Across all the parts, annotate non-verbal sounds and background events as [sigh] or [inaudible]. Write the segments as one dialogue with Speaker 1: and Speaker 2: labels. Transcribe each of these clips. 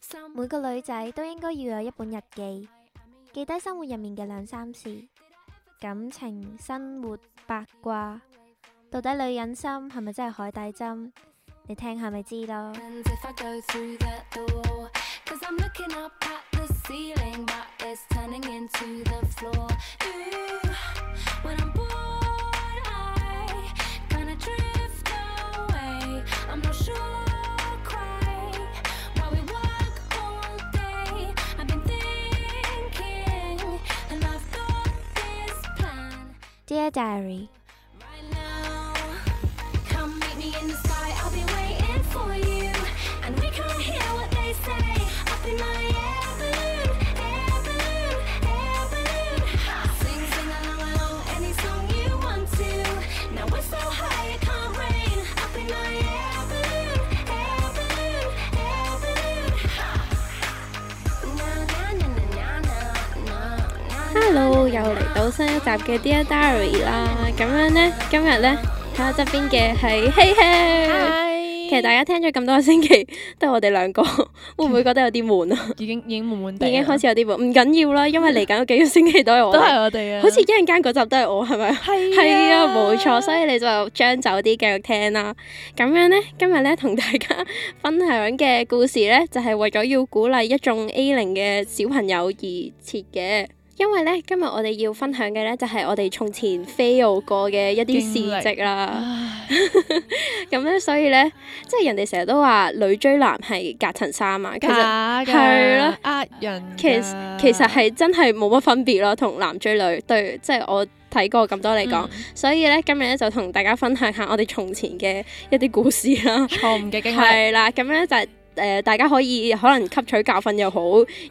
Speaker 1: 心。
Speaker 2: 每個女仔都應該要有一本日記，記低生活入面嘅兩三事，感情、生活、八卦。到底女人心係咪真係海底針？你聽下咪知咯。
Speaker 1: And if I go through that door, cause I'm looking up at the ceiling, but it's turning into the floor. Ooh, when I'm bored, I kinda drift away. I'm not sure quite why we work all day. I've been thinking, and I've got this plan.
Speaker 2: Dear Diary，
Speaker 1: Right now, come meet me in the sky. I'll be waiting for you, and we can't hear what they say. Up in my air balloon, air balloon, air balloon. Sing, sing along, along any song you want to. Now we're so high it can't rain. Up in my air balloon, air balloon, air balloon. Na, na, na, na, na, na, na,
Speaker 3: Hello，又嚟到新一集嘅 Dear Diary 啦。咁樣呢，今日呢，喺我側邊嘅係希希。
Speaker 4: 嗨，
Speaker 3: 其實大家聽咗咁多個星期，都係我哋兩個， [laughs] 會唔會覺得有啲悶
Speaker 4: [laughs]
Speaker 3: 啊？
Speaker 4: 已經已經悶悶地，啊
Speaker 3: 已經開始有啲悶，唔緊要啦，因為嚟緊嗰幾個星期都係我
Speaker 4: 都係
Speaker 3: 哋。
Speaker 4: 我哋啊，
Speaker 3: 好似一陣間嗰集都係我，係咪？
Speaker 4: 係
Speaker 3: 係啊，冇錯，所以你就將就啲繼續聽啦。咁樣呢，今日呢，同大家 [laughs] 分享嘅故事呢，就係、為咗要鼓勵一眾 A 零嘅小朋友而設嘅。因為呢，今日我哋要分享嘅呢，就係、我哋從前 fail 過嘅一啲事
Speaker 4: 經歷
Speaker 3: 蹟啦。
Speaker 4: 唉
Speaker 3: 咁呢，所以呢，即係人哋成日都話女追男係隔層衫啊，其實
Speaker 4: 假㗎
Speaker 3: 係咯
Speaker 4: 呃人㗎，
Speaker 3: 其實其實係真係冇乜分別咯，同男追女對，即係我睇過咁多嚟講。
Speaker 4: 嗯
Speaker 3: 所以咧，今日咧就同大家分享下我哋從前嘅一啲故事啦。
Speaker 4: 錯誤嘅經歷，
Speaker 3: 係啦，咁咧就係誒，大家可以可能吸取教訓又好，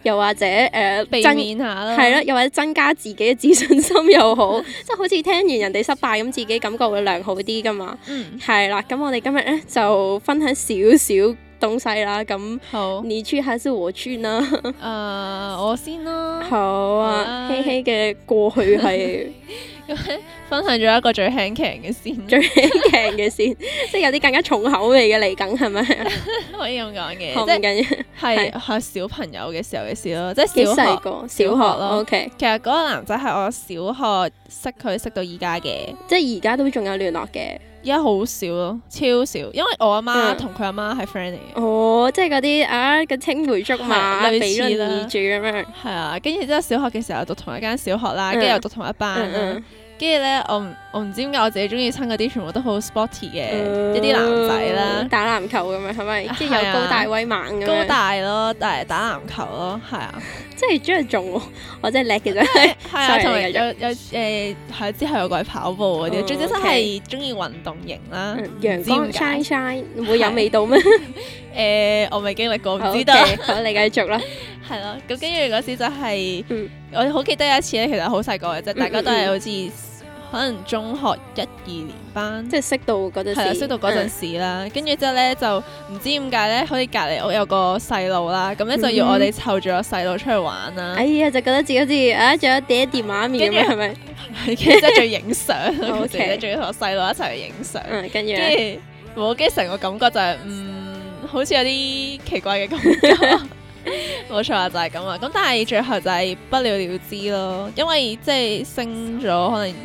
Speaker 3: 又或者誒、呃、
Speaker 4: 避
Speaker 3: 增
Speaker 4: 免下啦，
Speaker 3: 係啦，又或者增加自己嘅自信心又
Speaker 4: [laughs]
Speaker 3: 好，即係好似聽完人哋失敗咁，自己感覺會良好啲噶嘛。
Speaker 4: 嗯，
Speaker 3: 係啦，咁我哋今日咧就分享少少東西啦。咁
Speaker 4: 好，誒
Speaker 3: 你去還是我去呢？
Speaker 4: [laughs] 我先啦，
Speaker 3: 嗯好啊，
Speaker 4: 好啊
Speaker 3: 希希嘅過去係
Speaker 4: 分享咗一個最輕騎嘅先，
Speaker 3: 最輕騎
Speaker 4: [laughs]
Speaker 3: 嘅先，即係有啲更加重口味嘅嚟緊係咪？
Speaker 4: 可以咁講嘅，
Speaker 3: 哦好唔
Speaker 4: 即係
Speaker 3: 緊要，
Speaker 4: 係係小朋友嘅時候嘅事咯，即
Speaker 3: 幾
Speaker 4: 係
Speaker 3: 細
Speaker 4: 小學。
Speaker 3: 個，小
Speaker 4: 小學
Speaker 3: 學
Speaker 4: 咯
Speaker 3: O K，
Speaker 4: 其實嗰個男仔係我小學識佢識到依家嘅，
Speaker 3: 即係而家都仲有聯絡嘅。
Speaker 4: 而家好少咯，超少，因為我阿媽
Speaker 3: 嗯
Speaker 4: 同佢阿媽係 friend 嚟嘅。
Speaker 3: 哦，即係嗰 [laughs] 啲啊個青梅竹馬、
Speaker 4: 係類
Speaker 3: 比
Speaker 4: 似
Speaker 3: 鄰
Speaker 4: 啦
Speaker 3: 而住咁樣。
Speaker 4: 係啊，跟住之後小學嘅時候讀同一間小學啦，
Speaker 3: 嗯
Speaker 4: 跟住又讀同一班
Speaker 3: 嗯
Speaker 4: 啦
Speaker 3: 嗯，
Speaker 4: 跟住咧我唔我唔知點解我自己中意親嗰啲全部都好 sporty 嘅
Speaker 3: 嗯
Speaker 4: 一啲男仔啦，
Speaker 3: 打籃球咁樣係咪？即係
Speaker 4: 係
Speaker 3: 有
Speaker 4: 啊
Speaker 3: 高大威猛咁
Speaker 4: 高
Speaker 3: 樣，
Speaker 4: 大咯，但係打籃球咯，係啊，
Speaker 3: 即係中意中喎， [laughs] 我真係叻嘅 [laughs] 啫。
Speaker 4: 係啊，
Speaker 3: Sorry，
Speaker 4: 同埋
Speaker 3: 你繼
Speaker 4: 有有誒係啊之後有個係跑步嗰啲，
Speaker 3: 哦
Speaker 4: 總之真
Speaker 3: OK
Speaker 4: 係中意運動型啦。
Speaker 3: 嗯陽
Speaker 4: 唔
Speaker 3: 光
Speaker 4: 知
Speaker 3: shine
Speaker 4: 點
Speaker 3: shine 會有味道 [laughs] 咩？
Speaker 4: 誒我未經歷過，唔
Speaker 3: 好
Speaker 4: 知道
Speaker 3: 哦 OK，好，你繼續 [laughs] 啦。
Speaker 4: 係咯。咁跟住嗰時就係
Speaker 3: 嗯
Speaker 4: 我好記得有一次咧，其實好細個嘅啫，大家都
Speaker 3: 嗯
Speaker 4: 係
Speaker 3: 嗯
Speaker 4: 好似可能中學一二年班。
Speaker 3: 即係啊識到嗰陣
Speaker 4: 係啦，
Speaker 3: 時，
Speaker 4: 識到嗰陣時啦，跟住之後咧就唔知點解咧，好似隔離屋有個細路啦，咁咧就要我哋湊住個細路出去玩
Speaker 3: 嗯。
Speaker 4: 啦 [laughs]
Speaker 3: 哎，呀，就覺得自己好似啊，仲有爹哋媽咪咁
Speaker 4: 跟
Speaker 3: 樣
Speaker 4: 住
Speaker 3: 係咪？
Speaker 4: 跟住之後仲要影相，跟
Speaker 3: OK
Speaker 4: 住咧仲要同個細路一齊去影相，
Speaker 3: 嗯，跟住
Speaker 4: 跟
Speaker 3: 咧
Speaker 4: 住冇，跟住成個感覺就係嗯，好似有啲奇怪嘅感覺。
Speaker 3: [laughs]
Speaker 4: 冇錯啊，就係咁啊。咁但係最後就係不了了之咯，因為即係升咗可能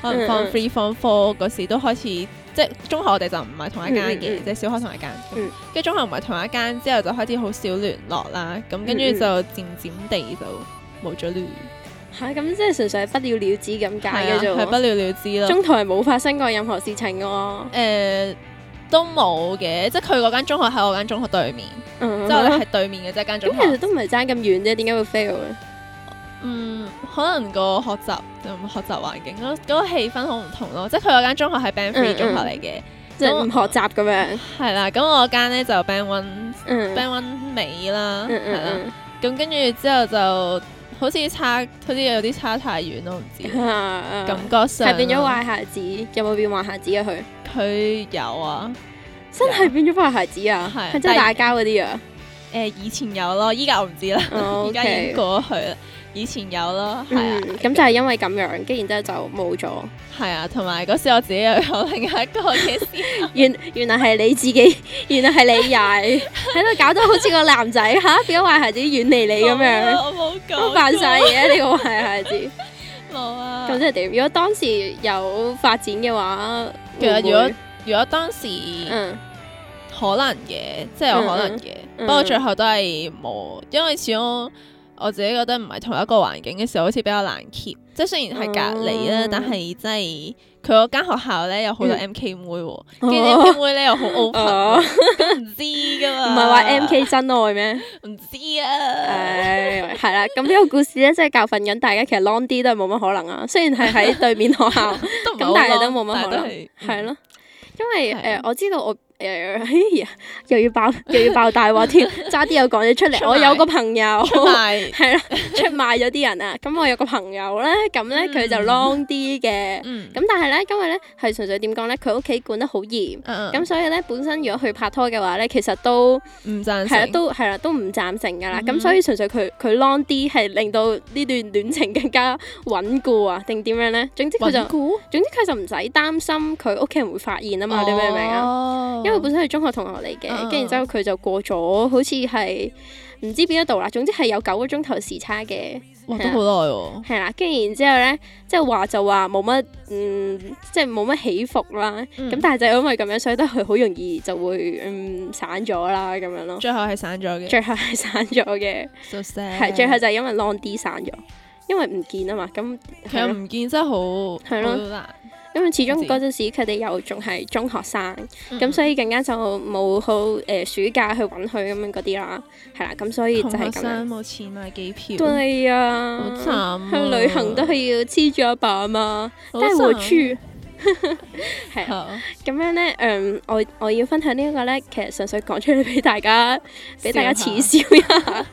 Speaker 4: 可能 form
Speaker 3: 嗯嗯
Speaker 4: three form four 嗰時都開始，即係中學我哋就唔係同一間嘅，
Speaker 3: 嗯嗯嗯
Speaker 4: 即係小學同一間。跟
Speaker 3: 嗯
Speaker 4: 住、中學唔係同一間之後就開始好少聯絡啦。咁跟住
Speaker 3: 嗯嗯
Speaker 4: 就漸漸地就冇咗聯
Speaker 3: 嚇咁，即係純粹係不了了之咁解嘅
Speaker 4: 係啊係不
Speaker 3: 啫喎。
Speaker 4: 了了之咯。
Speaker 3: 中途係冇發生過任何事情嘅喎。
Speaker 4: 誒、都冇嘅，即係佢嗰間中學喺我間中學對面，
Speaker 3: 嗯
Speaker 4: 即係我哋係對面嘅啫間中
Speaker 3: 咁其實
Speaker 4: 學。
Speaker 3: 都唔係爭咁遠啫，點解會 fail 咧？
Speaker 4: 嗯，可能個學習嗯學習環境咯，嗰、個氣氛好唔同咯。即係佢嗰間中學係 Band Three
Speaker 3: 嗯嗯
Speaker 4: 中學嚟嘅，
Speaker 3: 即係唔學習咁樣。
Speaker 4: 係啦。咁我間咧就 Band One
Speaker 3: 嗯
Speaker 4: Band One 尾啦，
Speaker 3: 嗯
Speaker 4: 係啦。
Speaker 3: 嗯
Speaker 4: 咁跟住之後就好似差，好似有啲差太遠咯，唔
Speaker 3: [laughs]
Speaker 4: 知
Speaker 3: 嗯。啊
Speaker 4: 感覺上啊
Speaker 3: 係變咗
Speaker 4: 咯
Speaker 3: 壞孩子，有冇變壞孩子啊？佢
Speaker 4: 佢有啊，
Speaker 3: 真係變咗壞孩子啊！
Speaker 4: 係
Speaker 3: 係真係
Speaker 4: 但
Speaker 3: 打交嗰啲啊！
Speaker 4: 誒以前有咯，依家我唔知啦， [laughs]
Speaker 3: 哦
Speaker 4: 依家已經
Speaker 3: OK
Speaker 4: 過咗去啦。以前有咯，係啊
Speaker 3: 嗯，，咁就係因為咁樣，跟然之後就冇咗。
Speaker 4: 係啊，同埋嗰時我自己又有另一個嘅思
Speaker 3: 原原來係你自己， [laughs] 原來係你曳，喺度搞到好似個男仔吓，變咗壞孩子遠離你咁樣，
Speaker 4: [laughs] 我冇講
Speaker 3: 都扮晒嘢呢個壞孩子。
Speaker 4: 冇啊。
Speaker 3: 咁即係點？如果當時有發展嘅話，
Speaker 4: 其實
Speaker 3: 會唔會
Speaker 4: 如果如果當時
Speaker 3: 嗯
Speaker 4: 可能嘅，即係有可能嘅，
Speaker 3: 嗯
Speaker 4: 不過最後都係冇，因為始終我自己覺得唔係同一個環境嘅時候，好似比較難 keep。即係雖然係隔離啦，
Speaker 3: 嗯
Speaker 4: 但係真係佢嗰間學校咧有好多
Speaker 3: 嗯
Speaker 4: M K 妹喎，跟住 M K 妹咧又好 open，
Speaker 3: 哦，
Speaker 4: 咁唔知噶
Speaker 3: 唔
Speaker 4: 嘛，
Speaker 3: 係話 M K 真愛咩？
Speaker 4: 唔知啊， [laughs]
Speaker 3: 唉，係啦，咁呢個故事咧，即係教訓緊大家，其實 long 啲都係冇乜可能啊。雖然係喺
Speaker 4: [laughs]
Speaker 3: 對面學校。
Speaker 4: 都唔係
Speaker 3: 咁
Speaker 4: 好
Speaker 3: 但係
Speaker 4: long，
Speaker 3: 都冇乜
Speaker 4: 但
Speaker 3: 可
Speaker 4: 係都
Speaker 3: 能，
Speaker 4: 係
Speaker 3: 係，咯，因為
Speaker 4: 係啊
Speaker 3: 誒、我知道我誒、哎呀 [laughs] 又要爆又要爆大話
Speaker 4: [laughs]
Speaker 3: 添，差啲又講咗出
Speaker 4: 出
Speaker 3: 嚟。
Speaker 4: 賣
Speaker 3: 我有個朋友
Speaker 4: 嗯出
Speaker 3: [laughs]
Speaker 4: 賣，
Speaker 3: 係啦，出賣咗啲人啊。咁我有個朋友咧，咁咧佢就
Speaker 4: 嗯
Speaker 3: long 啲嘅，
Speaker 4: 嗯，
Speaker 3: 咁但係咧，因為咧係純粹點講咧，佢屋企管得好嚴。
Speaker 4: 嗯
Speaker 3: 咁所以咧，本身如果佢拍拖嘅話咧，其實都
Speaker 4: 嗯唔贊
Speaker 3: 係啊啦，
Speaker 4: 成，
Speaker 3: 都係啦，都唔贊成㗎啦。咁、
Speaker 4: 嗯哼
Speaker 3: 所以純粹佢佢 long 啲係令到呢段戀情更加穩固啊，定點樣咧？總之佢就
Speaker 4: 穩固，
Speaker 3: 總之佢就唔使擔心佢屋企人會發現啊嘛，你明唔明啊？
Speaker 4: 啊
Speaker 3: 因為本身係中學同學嚟
Speaker 4: 哦嗯
Speaker 3: 嘅，跟住之後佢就過咗，好似係唔知邊一度啦。總之係有九個鐘頭時差嘅，
Speaker 4: 哇都好耐喎，
Speaker 3: 係啦。跟住然之後咧，即係話就話冇乜，嗯，即係冇乜起伏啦。咁、
Speaker 4: 嗯
Speaker 3: 但係就因為咁樣，所以得佢好容易就會嗯散咗啦咁樣咯。
Speaker 4: 最後係散咗
Speaker 3: [laughs]
Speaker 4: 嘅
Speaker 3: 最後係散咗嘅，
Speaker 4: ，so sad，
Speaker 3: 係最後就係因為 long D 散咗，因為唔見啊嘛。咁
Speaker 4: 其
Speaker 3: 係
Speaker 4: 實
Speaker 3: 咯
Speaker 4: 唔見真係好
Speaker 3: 係咯
Speaker 4: 好難，
Speaker 3: 因為始終
Speaker 4: 我知
Speaker 3: 嗰陣時佢哋又仲係中學生，咁、
Speaker 4: 嗯
Speaker 3: 所以更加就冇好誒、呃暑假去揾佢咁樣嗰啲啦，係啦，咁所以就
Speaker 4: 同
Speaker 3: 係
Speaker 4: 學
Speaker 3: 咁樣。
Speaker 4: 生冇錢買機票，
Speaker 3: 對呀、
Speaker 4: 好慘啊
Speaker 3: 去旅行都係要黐住阿爸啊嘛，
Speaker 4: 好
Speaker 3: 帶我
Speaker 4: 慘
Speaker 3: 去。係啦，
Speaker 4: 好
Speaker 3: 咁樣呢，嗯，我我要分享呢一個呢，其實純粹講出嚟俾大
Speaker 4: [laughs]
Speaker 3: 家，俾大家
Speaker 4: 笑
Speaker 3: 恥
Speaker 4: 下
Speaker 3: 笑一
Speaker 4: [laughs]
Speaker 3: 下，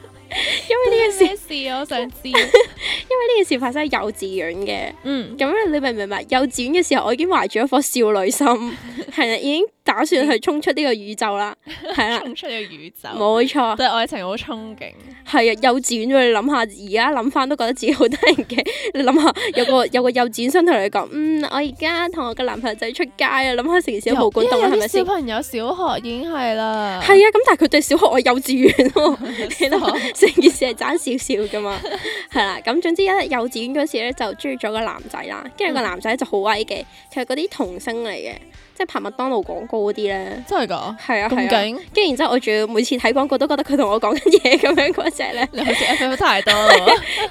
Speaker 3: 因為呢件事，因為
Speaker 4: 咩事啊我想知，
Speaker 3: 呢件事發生喺幼稚園嘅。
Speaker 4: 嗯，
Speaker 3: 咁你明唔明白？幼稚園嘅時候，我已經懷住一顆少女心，
Speaker 4: [laughs]
Speaker 3: 係啦，已經打算
Speaker 4: 嗯
Speaker 3: 去衝出呢個宇宙啦，係
Speaker 4: [laughs]
Speaker 3: 啦，
Speaker 4: 衝出咗宇宙，
Speaker 3: 冇錯，
Speaker 4: 對愛情好憧憬，
Speaker 3: 係啊，幼稚園喎，你諗下，而家諗翻都覺得自己好得人嘅。 [laughs] 你諗下，有個有個幼稚園生同你講，嗯，我而家同我嘅男朋友仔出街啊，諗下成件事都冇管動啦，係
Speaker 4: 因為有
Speaker 3: 咪先？
Speaker 4: 啲小
Speaker 3: 係
Speaker 4: 朋友小學已經係啦，
Speaker 3: 啊，咁但係佢對小學我幼稚園
Speaker 4: [laughs]
Speaker 3: 喎。你諗
Speaker 4: 傻
Speaker 3: 下成件事係爭少少噶嘛，係啦。咁總之咧，幼稚園嗰時咧就中意咗個男仔啦，跟住
Speaker 4: 嗯
Speaker 3: 個男仔就好威嘅，佢係嗰啲童星嚟嘅，即係拍麥當勞廣告嗰啲咧。
Speaker 4: 真係㗎，
Speaker 3: 係啊
Speaker 4: 咁
Speaker 3: 係啊，
Speaker 4: 勁，
Speaker 3: 跟住然之後我仲要每次睇廣告都覺得佢同我講緊嘢咁樣嗰只咧，
Speaker 4: 你好似 F F 太多啦，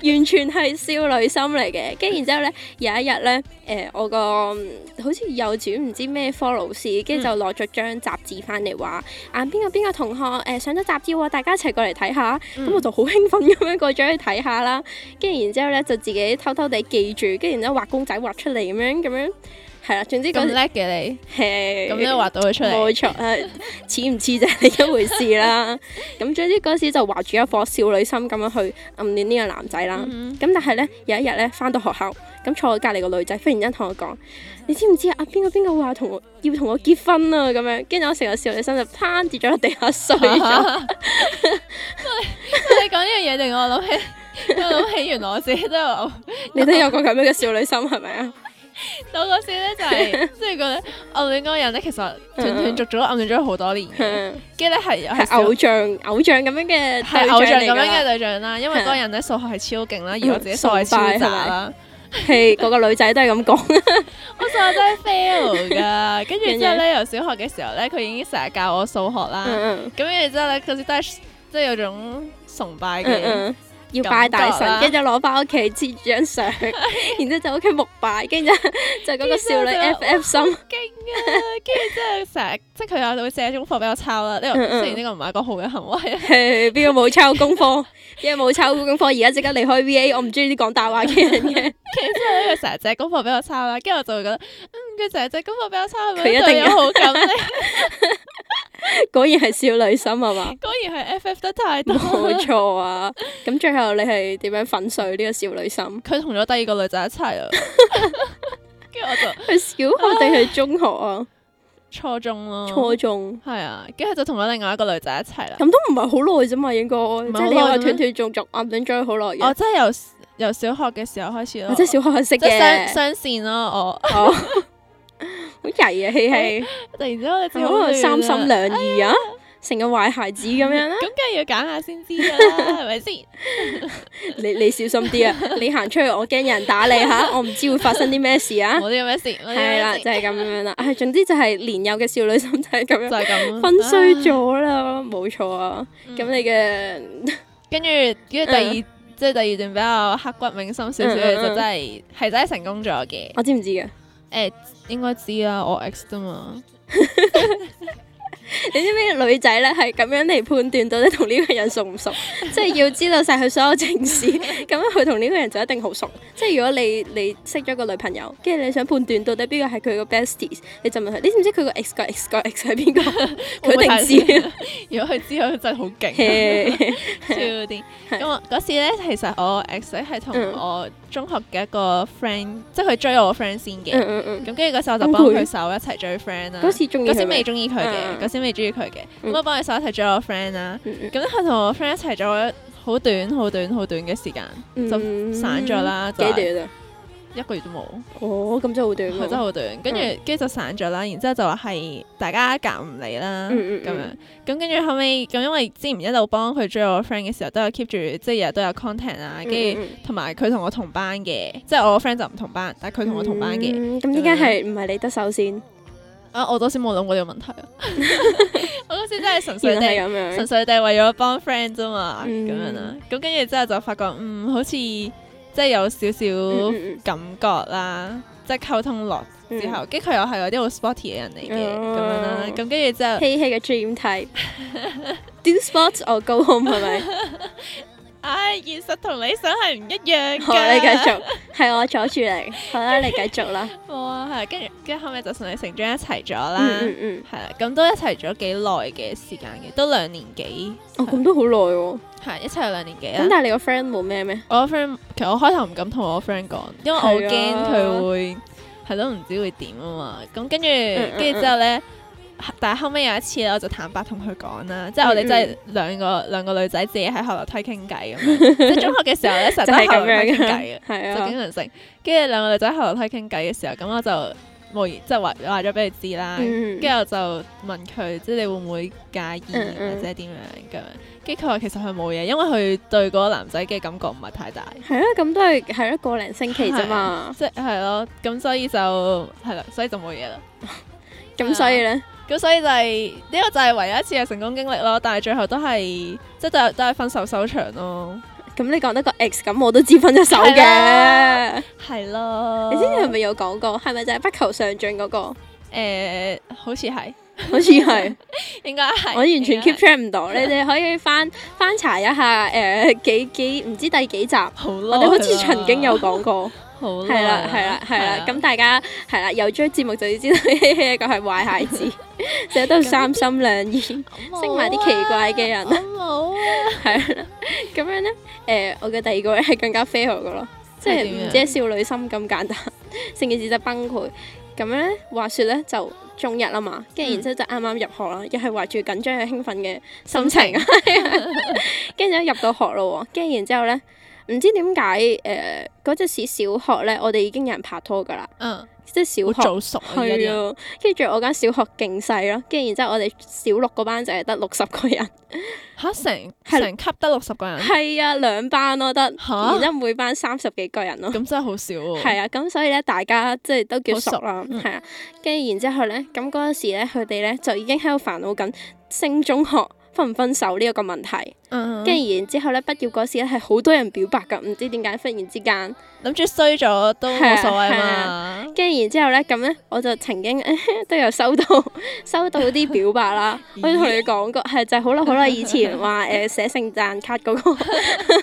Speaker 3: 完全係少女心嚟嘅。跟住然之後咧，有一日咧，誒、我個嗯好似幼稚園唔知咩科老師，跟住
Speaker 4: 嗯
Speaker 3: 就攞咗張雜誌翻嚟話，啊邊個邊個同學誒、上咗雜誌喎，大家一齊過嚟睇下。
Speaker 4: 嗯
Speaker 3: 咁我就好興奮咁樣過咗去睇下啦，跟住然之後咧就自己偷偷地記住，跟住然之後畫公仔畫出嚟咁樣咁樣，係啦，總之嗰時
Speaker 4: 咁叻嘅你，
Speaker 3: 係
Speaker 4: 咁你畫到佢出嚟
Speaker 3: 冇。錯，誒似唔似就係一回事啦。咁總之嗰時就懷住一顆少女心咁樣去暗戀呢個男仔啦。
Speaker 4: 嗯
Speaker 3: 咁但係咧有一日咧翻到學校，咁坐我隔離個女仔忽然間同我講：你知唔知啊？邊個邊個話同我要同我結婚啊？咁樣，跟住我成個少女心就攤跌咗落地下
Speaker 4: 啊
Speaker 3: 碎咗。
Speaker 4: 你講呢樣嘢令我諗起， [laughs] 我諗起原來我自己都有，
Speaker 3: 你都有個咁樣嘅少女心係咪啊？
Speaker 4: 我嗰時咧就 [laughs] 係即係覺得暗戀嗰個人咧，其實斷斷續續都暗戀咗好多年嘅，
Speaker 3: 嗯
Speaker 4: 跟住咧係係
Speaker 3: 係偶像偶像咁樣嘅
Speaker 4: 係偶像咁樣嘅
Speaker 3: 嘅，
Speaker 4: 對象啦，因為嗰個人咧數學係超勁啦，而我自己數學
Speaker 3: 崇拜
Speaker 4: 係超
Speaker 3: 係咪
Speaker 4: 渣啦，
Speaker 3: 係嗰個女仔都係咁講，
Speaker 4: 我數學真係 fail 噶，跟住
Speaker 3: 跟住
Speaker 4: 之後咧由小學嘅時候咧，佢已經成日教我數學啦，
Speaker 3: 嗯
Speaker 4: 咁跟住之後咧嗰時都係即係有種崇拜
Speaker 3: 嗯
Speaker 4: 嘅，
Speaker 3: 嗯，要拜大
Speaker 4: 感覺啦
Speaker 3: 神，跟住就攞翻屋企黐張相，
Speaker 4: [laughs]
Speaker 3: 然之後就屋企木拜，跟住就 [laughs] 嗰個少女
Speaker 4: 跟住
Speaker 3: F
Speaker 4: 就
Speaker 3: F 心， [laughs]
Speaker 4: 勁啊！跟住之後成日即係佢有會寫功課俾我抄啦，呢個
Speaker 3: 嗯嗯
Speaker 4: 雖然呢個唔係一個好嘅行為啦。
Speaker 3: 係邊個冇抄功
Speaker 4: [laughs]
Speaker 3: 課，邊個冇抄功課，而家即刻離開 V A，我唔中意啲講大話嘅人
Speaker 4: [laughs]
Speaker 3: 嘅，
Speaker 4: 跟住之後咧，佢成日借功課俾我抄啦，跟住我就會覺得，嗯，佢成日借功課俾我抄，係咪
Speaker 3: 佢一定
Speaker 4: 對我有好感咧？
Speaker 3: 果然係少女心係
Speaker 4: [laughs]
Speaker 3: 嘛？
Speaker 4: 果然係 FF 得太多。
Speaker 3: 冇錯啊！咁最後你係點樣粉碎呢個少女心？
Speaker 4: 佢同咗第二個啊女仔一齊啦，跟住我就
Speaker 3: 去小學定係中學啊？
Speaker 4: 初中咯，
Speaker 3: 初中。
Speaker 4: 係啊，跟住就同咗另外一個女仔一齊啦。
Speaker 3: 咁都唔係好耐啫嘛，應該即係你
Speaker 4: 好
Speaker 3: 話
Speaker 4: 耐咩
Speaker 3: 斷斷續啊續暗戀咗佢好耐
Speaker 4: 我
Speaker 3: 嘅，
Speaker 4: 哦真係由由小學嘅時候開始咯，
Speaker 3: 我哦即係小學識
Speaker 4: 即係
Speaker 3: 嘅
Speaker 4: 雙，雙線咯，我
Speaker 3: 哦好曳啊，氣氣，
Speaker 4: 突然之間我哋
Speaker 3: 可能
Speaker 4: 好
Speaker 3: 哦
Speaker 4: 啊
Speaker 3: 三心兩意啊，成個壞孩子咁樣啦啊 [laughs]
Speaker 4: 咁。梗係要揀下先知㗎啦，係咪先？
Speaker 3: 你你小心啲啊！你行出去，我驚有人打你吓，我唔知會發生啲咩事啊！
Speaker 4: 冇啲咁嘅事，冇啲咁嘅事
Speaker 3: 係啦，就係咁樣啦。唉，總之就係年幼嘅少女心 [laughs] 就係咁
Speaker 4: 就
Speaker 3: 樣
Speaker 4: 係咁
Speaker 3: 分衰
Speaker 4: 唉
Speaker 3: 咗啦，冇錯啊。咁
Speaker 4: 嗯
Speaker 3: 你嘅
Speaker 4: 跟住跟住第二，即係第二段比較刻骨銘心少少
Speaker 3: 嗯啊嗯嗯
Speaker 4: 嘅，就真係係真係成功咗嘅。
Speaker 3: 我知唔知嘅？
Speaker 4: 誒應該知啦，我 ex 啫嘛，
Speaker 3: 你知唔知女仔咧係咁樣嚟判斷到底同呢個人熟唔熟？即係要知道晒佢所有正事，咁樣佢同呢個人就一定好熟。即係如果你你識咗個女朋友，跟住你想判斷到底邊個係佢個 besties，你就問佢：你知唔知佢個 ex 個 ex 個 ex 係邊個？
Speaker 4: 會唔會
Speaker 3: 佢一定 [laughs] 知。啊
Speaker 4: [laughs]
Speaker 3: 嗯
Speaker 4: 如果佢知佢真係好
Speaker 3: [laughs]
Speaker 4: 勁，
Speaker 3: 嘿
Speaker 4: 超啲。咁我嗰時咧，其實我 ex 咧係同
Speaker 3: 嗯
Speaker 4: 我中學嘅一個 friend，即係佢追我 friend 先嘅。
Speaker 3: 嗯嗯嗯。
Speaker 4: 咁跟住嗰時候我就幫佢手一齊追 friend 啦。
Speaker 3: 嗰時中意佢
Speaker 4: 嗰時
Speaker 3: 未
Speaker 4: 未中意佢嘅，
Speaker 3: 嗯
Speaker 4: 嗰時未中意佢嘅，
Speaker 3: 嗯
Speaker 4: 咁我幫佢手一齊追我 friend 啦。
Speaker 3: 嗯嗯
Speaker 4: 咁咧佢同我 friend 一齊咗好短、好短、好短嘅時間，
Speaker 3: 嗯
Speaker 4: 就散咗啦，就
Speaker 3: 幾
Speaker 4: 係
Speaker 3: 短啊？
Speaker 4: 一個月都冇。
Speaker 3: 哦，咁真係好短嗯
Speaker 4: 佢真係
Speaker 3: 喎。
Speaker 4: 好短，跟住跟住就散咗啦，然之後就話係大家夾唔嚟啦，
Speaker 3: 嗯嗯
Speaker 4: 咁樣，咁跟住後尾，咁因為之前一路幫佢追我 friend 嘅時候，都有 keep 住，即係日日都有 contact 啊，
Speaker 3: 嗯
Speaker 4: 跟住
Speaker 3: 嗯
Speaker 4: 同埋佢同我同班嘅，即係我 friend 就唔同班，但係佢同我同班嘅，
Speaker 3: 嗯咁點解係唔係你得手先？
Speaker 4: 啊我嗰時冇諗過呢個問
Speaker 3: [laughs]
Speaker 4: 題啊， [laughs] 我嗰時真係純粹
Speaker 3: 原來係
Speaker 4: 地
Speaker 3: 咁樣。
Speaker 4: 純粹地為咗幫 friend 啫嘛，
Speaker 3: 嗯
Speaker 4: 咁樣啦，咁跟住之後就發覺，嗯，好似即係有少
Speaker 3: 嗯
Speaker 4: 少
Speaker 3: 嗯
Speaker 4: 感覺啦，即係溝通落。
Speaker 3: 嗯
Speaker 4: 之後，跟住佢又係嗰啲好 sporty 嘅人嚟嘅咁樣啦
Speaker 3: 哦，
Speaker 4: 咁跟住之後
Speaker 3: 希希嘅 dream type。Do sports or go home 係咪？
Speaker 4: [laughs] 唉，現實同理想係唔一樣
Speaker 3: 好，啊
Speaker 4: 㗎。
Speaker 3: 哦你繼續，係我阻住你。好啦，你繼續啦。
Speaker 4: 冇啊，係跟住跟住後尾就順理成章一齊咗啦，
Speaker 3: 嗯嗯嗯。
Speaker 4: 係啦，咁都一齊咗幾耐嘅時間嘅，都兩年幾，
Speaker 3: 哦，咁都好耐喎。
Speaker 4: 係啊一齊有兩年幾
Speaker 3: 咁
Speaker 4: 啦。
Speaker 3: 但係你個 friend 冇咩咩？
Speaker 4: 我 friend 其實我開頭唔敢同我 friend 講，因為我
Speaker 3: 係
Speaker 4: 驚
Speaker 3: 啊
Speaker 4: 佢會係咯，唔知會點啊嘛。咁跟住
Speaker 3: 嗯嗯
Speaker 4: 跟住之後咧。但係後尾有一次咧，我就坦白同佢講啦，即係我哋
Speaker 3: 嗯嗯
Speaker 4: 真係兩個兩個女仔自己喺後樓梯傾偈咁
Speaker 3: [laughs]
Speaker 4: 樣。即係中學嘅時候咧，成
Speaker 3: 就
Speaker 4: 日都喺
Speaker 3: 係
Speaker 4: 後
Speaker 3: 咁樣
Speaker 4: 樓梯傾偈嘅
Speaker 3: 嘅。。 [laughs] 係
Speaker 4: 就經
Speaker 3: 啊。
Speaker 4: 常性。跟住兩個女仔喺樓梯傾偈嘅時候，咁我就無言，即係話話咗俾佢知啦。
Speaker 3: 嗯
Speaker 4: 跟住我就問佢，即係你會唔會介意
Speaker 3: 嗯嗯
Speaker 4: 或者點樣咁樣？跟住佢話其實佢冇嘢，因為佢對嗰個男仔嘅感覺唔係太大，
Speaker 3: 係啊，咁都係係一個零星期啫嘛。
Speaker 4: 即係啊係咯。咁所以就係啦，所以就冇嘢啦。
Speaker 3: 咁所以咧，
Speaker 4: 咁所以就係、呢、個就係唯一一次嘅成功經歷咯。但係最後都係即係都係都係分手收場咯。
Speaker 3: 咁你講得個 ex 咁，我都知分咗手
Speaker 4: 係
Speaker 3: 嘅
Speaker 4: 啦。係咯，
Speaker 3: 你之前係咪有講過？係咪就係不求上進嗰、個？
Speaker 4: 誒、好似 [laughs] 係，啊
Speaker 3: 好似係，
Speaker 4: 應該係。
Speaker 3: 我完全
Speaker 4: 應該
Speaker 3: keep
Speaker 4: 係
Speaker 3: track 唔到。你哋可以翻翻查一下誒、呃、幾幾唔知第幾集，
Speaker 4: 好
Speaker 3: 我
Speaker 4: 咯。
Speaker 3: 哋好似曾經有講 [laughs] 過，
Speaker 4: 好
Speaker 3: 係啦哦係啦係啦。咁大家係啦，有追節目就要知道希希一個係壞孩 [laughs] 子，寫到三心兩意，識埋啲奇怪嘅人，
Speaker 4: 冇啊，
Speaker 3: 係啦。咁樣咧，誒、我嘅第二個咧係更加 fail 嘅咯，即係
Speaker 4: 係點
Speaker 3: 唔
Speaker 4: 樣
Speaker 3: 止係少女心咁簡單，成件事就崩潰。咁樣咧，話説咧就中一啦嘛，跟住然之後就啱啱入學啦，又係懷住緊張又興奮嘅心情，嗯 [laughs] 跟住就入到學咯喎，跟住然之後咧，唔知點解誒嗰陣時小學咧，我哋已經有人拍拖噶啦，
Speaker 4: 嗯，
Speaker 3: 即係小
Speaker 4: 好
Speaker 3: 學。
Speaker 4: 早熟啊，而家啲
Speaker 3: 係
Speaker 4: 人
Speaker 3: 啊，跟住仲有我間小學勁細咯，跟住然之後我哋小六嗰班就係得六十個
Speaker 4: [laughs]
Speaker 3: 人，
Speaker 4: 吓成
Speaker 3: 係
Speaker 4: 成級得六十個人，
Speaker 3: 係啊兩班咯得，
Speaker 4: 吓
Speaker 3: 然之後每班三十幾個人咯。
Speaker 4: 咁真係好少喎。
Speaker 3: 係啊，咁所以咧，大家即係都叫
Speaker 4: 好熟
Speaker 3: 熟啦，
Speaker 4: 嗯
Speaker 3: 係啊。跟住然之後咧，咁嗰陣時咧，佢哋咧就已經喺度煩惱緊升中學分唔分手呢一個問題。
Speaker 4: 嗯，
Speaker 3: 跟
Speaker 4: 跟住
Speaker 3: 住然之後咧，畢業嗰時咧係好多人表白㗎，唔知點解忽然之間。
Speaker 4: 諗住衰咗都冇所謂
Speaker 3: 係啊
Speaker 4: 嘛。
Speaker 3: 跟住然之後咧，咁咧我就曾經 [laughs] 都有收到 [laughs] 收到啲表白啦，我都同你講過，係就係好耐好耐以前
Speaker 4: [laughs]
Speaker 3: 話誒寫聖誕卡嗰、個， [laughs]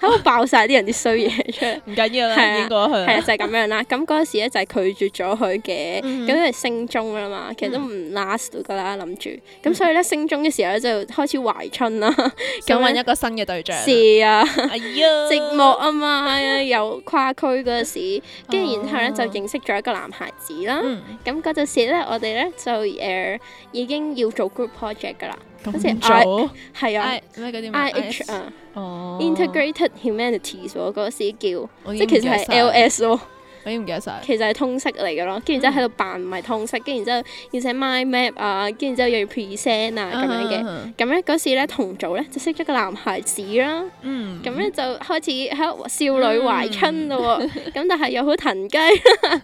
Speaker 3: 喺度爆晒啲人啲衰嘢出
Speaker 4: [laughs]
Speaker 3: 嚟。
Speaker 4: 唔緊要
Speaker 3: 係
Speaker 4: 啦，
Speaker 3: 啊
Speaker 4: 已經過去
Speaker 3: 係啊，
Speaker 4: 啦。
Speaker 3: 就係咁樣啦。咁嗰陣時咧就係拒絕咗佢嘅，
Speaker 4: 嗯
Speaker 3: 咁因為升中啊
Speaker 4: 嗯 [laughs]
Speaker 3: 啦嘛，其實都唔 last 噶啦，諗住。咁所以咧升中嘅時候咧就開始懷春啦，
Speaker 4: 想
Speaker 3: 咁
Speaker 4: 揾
Speaker 3: 咧
Speaker 4: 一個新嘅對象啊。
Speaker 3: 是
Speaker 4: [laughs]
Speaker 3: 啊，
Speaker 4: 哎呀，
Speaker 3: 寂寞啊嘛，有跨區嗰陣時，跟住然後咧
Speaker 4: 哦
Speaker 3: 就認識咗一個男孩子啦。
Speaker 4: 嗯，
Speaker 3: 咁嗰陣時咧，我哋咧就誒、呃已經要做 group project 噶啦，好似
Speaker 4: 咁早
Speaker 3: 係啊
Speaker 4: I 咩嗰啲咩
Speaker 3: ，I H 啊
Speaker 4: 哦
Speaker 3: ，Integrated Humanities 喎，嗰時叫，
Speaker 4: 我已
Speaker 3: 即係其
Speaker 4: 經唔記
Speaker 3: 實
Speaker 4: 得
Speaker 3: 係
Speaker 4: 晒
Speaker 3: L S 喎，
Speaker 4: 我已經唔記得晒。
Speaker 3: 其實係通識嚟嘅咯，跟住之後喺度扮唔係通識，跟住之後要寫 mind map 啊，跟住之後又要 present 啊咁樣嘅。
Speaker 4: 嘅，
Speaker 3: 咁咧嗰時咧同組咧就識咗個男孩子啦，
Speaker 4: 嗯，
Speaker 3: 咁咧就開始喺度少女懷春咯喎，咁但係又好騰雞 [laughs] 啦，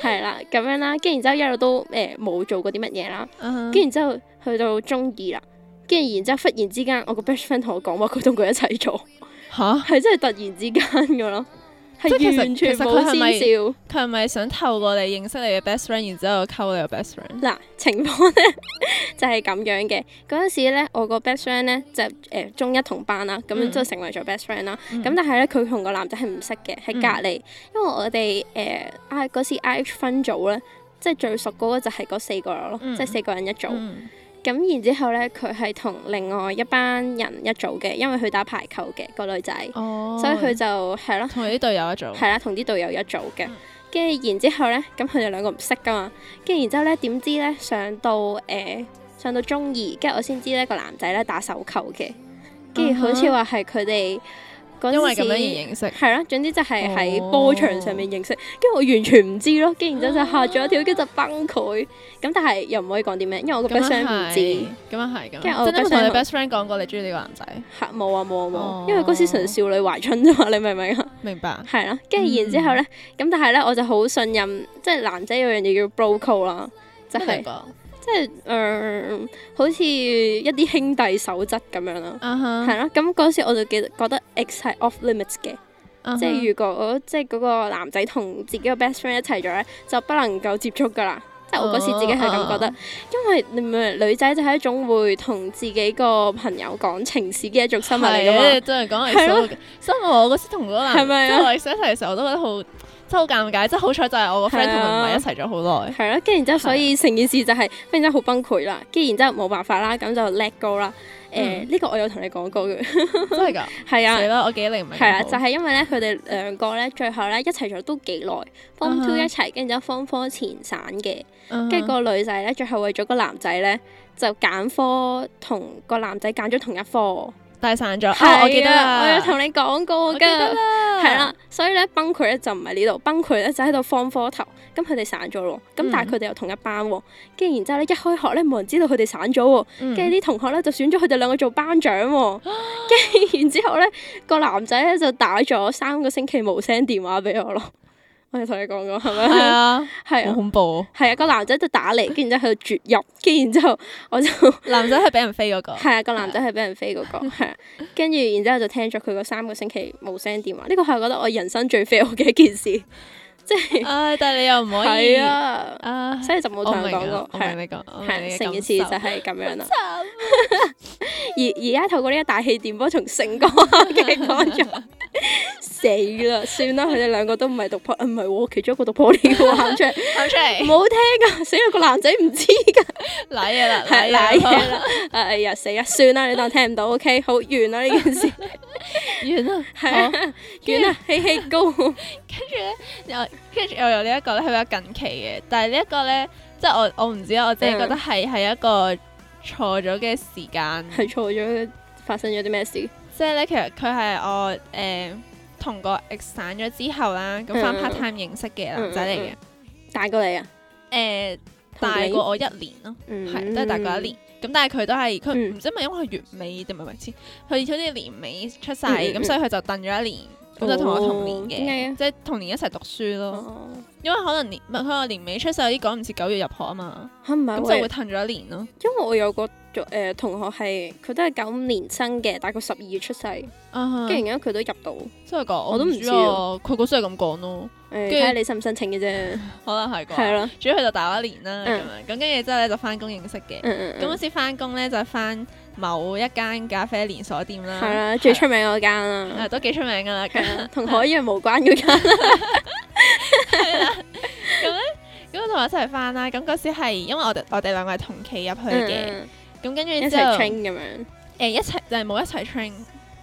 Speaker 3: 係啦咁樣啦，跟住然之後一路都誒冇做過啲乜嘢啦，
Speaker 4: 跟
Speaker 3: 嗯跟住然之後去到中二啦，跟住然之後忽然之間，我個 best friend 同我講話佢同佢一齊做， [laughs]
Speaker 4: 吓，
Speaker 3: 係真係突然之間噶咯，
Speaker 4: 即係其
Speaker 3: 係
Speaker 4: 實
Speaker 3: 完全
Speaker 4: 其實佢係咪
Speaker 3: 冇先兆。
Speaker 4: 佢係咪想透過你認識你嘅 best friend，然之後溝你嘅 best friend？
Speaker 3: 嗱，情況咧 [laughs] 就係咁樣嘅。嗰陣時咧，我個 best friend 咧就誒、呃中一同班啦，咁樣
Speaker 4: 嗯
Speaker 3: 之後成為咗 best friend 啦。
Speaker 4: 嗯
Speaker 3: 咁、但係咧，佢同個男仔係唔識嘅，喺隔離。因為我哋誒 I 嗰時 I H 分組咧，即係最熟嗰個就係嗰四個咯，
Speaker 4: 嗯
Speaker 3: 即係四個人一組。
Speaker 4: 嗯
Speaker 3: 咁然之後咧，佢係同另外一班人一組嘅，因為佢打排球嘅個女仔，
Speaker 4: 哦，
Speaker 3: 所以佢就係咯。
Speaker 4: 同佢啲隊友一組，
Speaker 3: 係啦，同啲隊友一組
Speaker 4: 嗯
Speaker 3: 嘅。跟住然之後咧，咁佢哋兩個唔識噶嘛。跟住然之後咧，點知咧上到誒、呃上到中二，跟住我先知咧個男仔咧打手球嘅。跟住好似話係佢哋嗰陣時
Speaker 4: 嗯因為咁樣而認識。
Speaker 3: 係咯，總之就係喺
Speaker 4: 哦
Speaker 3: 波場上面認識，跟住我完全唔知咯，跟住然之後就嚇咗一跳，跟住就崩潰。咁但係又唔可以講啲咩，因為我個
Speaker 4: 咁
Speaker 3: best
Speaker 4: 樣
Speaker 3: friend 唔
Speaker 4: 係，
Speaker 3: 知
Speaker 4: 咁樣係，咁樣
Speaker 3: 跟住我
Speaker 4: 即係你
Speaker 3: best friend
Speaker 4: 有冇同你
Speaker 3: 同
Speaker 4: best friend 講過你中意呢個男仔，
Speaker 3: 嚇冇啊冇啊冇
Speaker 4: 哦
Speaker 3: 啊，因為嗰時純少女懷春啫嘛，你明唔明啊？ [laughs]
Speaker 4: 明白？
Speaker 3: 係啦，跟住然之後咧，咁、
Speaker 4: 嗯
Speaker 3: 但係咧我就好信任，即係男仔有樣嘢叫 bro code 啦，就
Speaker 4: 咩
Speaker 3: 係、
Speaker 4: 嚟㗎
Speaker 3: 即係誒、呃好似一啲兄弟守則咁樣啦。
Speaker 4: 啊哈
Speaker 3: 係啦，咁嗰時我就記得覺得 X 係 off limits 嘅，
Speaker 4: 啊哈
Speaker 3: 即係如果我即係嗰個男仔同自己個 best friend 一齊咗咧，就不能夠接觸噶啦。即係我嗰時自己係咁覺得，
Speaker 4: 哦
Speaker 3: 因為你咪女仔就係一種會同自己個朋友講情史嘅一種生物嚟噶嘛。
Speaker 4: 係真係講嚟
Speaker 3: 係咯
Speaker 4: so- 所以我嗰時同嗰個男，
Speaker 3: 係咪
Speaker 4: 即
Speaker 3: 啊
Speaker 4: 係我哋一齊嘅時候，我都覺得好，真係好尷尬。即係好彩就係我個 friend
Speaker 3: 係啊
Speaker 4: 同佢唔係一齊咗好耐。
Speaker 3: 係啦，跟住然之後，
Speaker 4: 係
Speaker 3: 所以成件事就係忽然之間好崩潰啦，跟住然之後冇辦法啦，咁就 let go 啦。誒、
Speaker 4: 嗯
Speaker 3: 呢個我有同你講過嘅，
Speaker 4: 真係㗎，
Speaker 3: 係 [laughs]
Speaker 4: 死
Speaker 3: 啊，
Speaker 4: 啦！我記憶力唔係咁
Speaker 3: 係啊，
Speaker 4: 好
Speaker 3: 就係、因為咧，佢哋兩個咧，最後咧一齊咗都幾耐，form two
Speaker 4: 啊哈
Speaker 3: 一齊，跟住之後 form four 前散嘅，
Speaker 4: 啊哈
Speaker 3: 跟住個女仔咧，最後為咗個男仔咧，就揀科同個男仔揀咗同一科。
Speaker 4: 大散咗。
Speaker 3: 係
Speaker 4: 哦我記得
Speaker 3: 啊
Speaker 4: 啦，
Speaker 3: 我有同你講過
Speaker 4: 我記得
Speaker 3: 㗎。
Speaker 4: 啦，
Speaker 3: 係啦，所以咧崩潰咧就唔係呢度，崩潰咧就喺度放科頭，咁佢哋散咗咯，
Speaker 4: 嗯
Speaker 3: 咁但係佢哋又同一班喎，跟住然之後咧一開學咧冇人知道佢哋散咗喎，
Speaker 4: 嗯，啊
Speaker 3: 跟住啲同學咧就選咗佢哋兩個做班長喎，跟住然之後咧個男仔咧就打咗三個星期無聲電話俾我咯， [laughs] 我有同你講過係
Speaker 4: 係
Speaker 3: 咪？
Speaker 4: 啊，
Speaker 3: 係
Speaker 4: 好
Speaker 3: 啊。
Speaker 4: 恐怖啊。
Speaker 3: 係啊，個男仔就打嚟，跟住然之後佢就絕入，跟住然之後我就
Speaker 4: 男仔係俾人飛嗰個。
Speaker 3: 係啊，個男仔係俾人飛嗰、
Speaker 4: [laughs]
Speaker 3: 個，係啊，跟住然之後就聽咗佢個三個星期無聲電話，呢個係我覺得我人生最 fail 嘅一件事， [laughs] 即係
Speaker 4: 唉，但係你又唔啊可以
Speaker 3: 係。啊，
Speaker 4: 啊
Speaker 3: 所以就冇
Speaker 4: 我
Speaker 3: 同佢
Speaker 4: 明
Speaker 3: 講
Speaker 4: 啊
Speaker 3: 過，係
Speaker 4: 我明
Speaker 3: 啊
Speaker 4: 你講，我明
Speaker 3: 係
Speaker 4: 你
Speaker 3: 啊成
Speaker 4: 嘅
Speaker 3: 件
Speaker 4: 感
Speaker 3: 事就
Speaker 4: 受啊
Speaker 3: 係咁樣啦。而 [laughs] 而家透過呢一大氣電波，從成個嘅講咗。 [laughs] 死啦！算啦，佢哋兩個都唔係讀 p 唔係喎，其中一個讀 poly 喎，喊出嚟，
Speaker 4: [laughs] 喊出
Speaker 3: [laughs]
Speaker 4: 嚟
Speaker 3: 唔，好聽噶，死啦！個男仔唔知噶，
Speaker 4: 瀨嘢啦，
Speaker 3: 係賴
Speaker 4: 瀨嘢
Speaker 3: 嘢
Speaker 4: 啦，
Speaker 3: 啦，哎呀死啦，算啦，你當聽唔到，OK，好完啦呢件事。
Speaker 4: 完啦，
Speaker 3: 係啊，遠啊，嘿嘿高，
Speaker 4: 跟住咧，又跟住又有呢一個咧，係比較近期嘅，但係呢一個咧，即係我我唔知啊，我自己
Speaker 3: 嗯
Speaker 4: 覺得係係一個錯咗嘅時間，
Speaker 3: 係錯咗，發生咗啲咩事？
Speaker 4: 即係咧，其實佢係我誒同個 ex 散咗之後啦，咁翻
Speaker 3: 嗯
Speaker 4: part time 認識嘅男仔嚟嘅，
Speaker 3: 大過你啊，
Speaker 4: 誒
Speaker 3: 同
Speaker 4: 大
Speaker 3: 你
Speaker 4: 過我一年咯，
Speaker 3: 嗯
Speaker 4: 係都係大過一年。咁但係佢都係佢
Speaker 3: 嗯
Speaker 4: 唔知係咪因為佢月尾定唔係咪先，佢好似年尾出世，
Speaker 3: 嗯嗯
Speaker 4: 咁所以佢就燉咗一年，咁就同我同
Speaker 3: 哦點解
Speaker 4: 年
Speaker 3: 嘅
Speaker 4: 嘅，即係同年一齊讀書咯。
Speaker 3: 哦，
Speaker 4: 因為可能年唔係佢話年尾出世有啲趕唔切九月入學啊嘛，
Speaker 3: 嚇唔係喎
Speaker 4: 咁就會，褪咗一年咯。
Speaker 3: 因為我有個誒同學係佢都係九五年生嘅，大概十二月出世，
Speaker 4: 啊
Speaker 3: 跟住而家佢都入到，
Speaker 4: 真係講
Speaker 3: 我都唔
Speaker 4: 知
Speaker 3: 知
Speaker 4: 啊
Speaker 3: 啊，
Speaker 4: 佢嗰時係咁講咯，
Speaker 3: 誒
Speaker 4: 跟住
Speaker 3: 睇下你申唔申請嘅啫，
Speaker 4: 可能
Speaker 3: 係
Speaker 4: 係啩。
Speaker 3: 咯，
Speaker 4: 主要佢就大我一年啦，咁
Speaker 3: 嗯
Speaker 4: 樣咁跟住之後咧就翻工認識嘅。
Speaker 3: 嗯嗯
Speaker 4: 啊咁嗰
Speaker 3: 嗯，
Speaker 4: 時翻工咧就翻某一間咖啡連鎖店啦，
Speaker 3: 係啦，最出
Speaker 4: 名
Speaker 3: 名嗰間
Speaker 4: [laughs]
Speaker 3: 啦，
Speaker 4: 都幾出名噶啦。咁
Speaker 3: 係啊同海洋無關嗰間，啊
Speaker 4: 咁同我一齊翻 [laughs] 啦。咁嗰時係因為我哋我哋兩個係同期入去嘅，
Speaker 3: 嗯嗯
Speaker 4: 咁跟
Speaker 3: 一
Speaker 4: 住
Speaker 3: 齊
Speaker 4: 之後
Speaker 3: train 咁樣，
Speaker 4: 誒一齊就係冇一齊 train，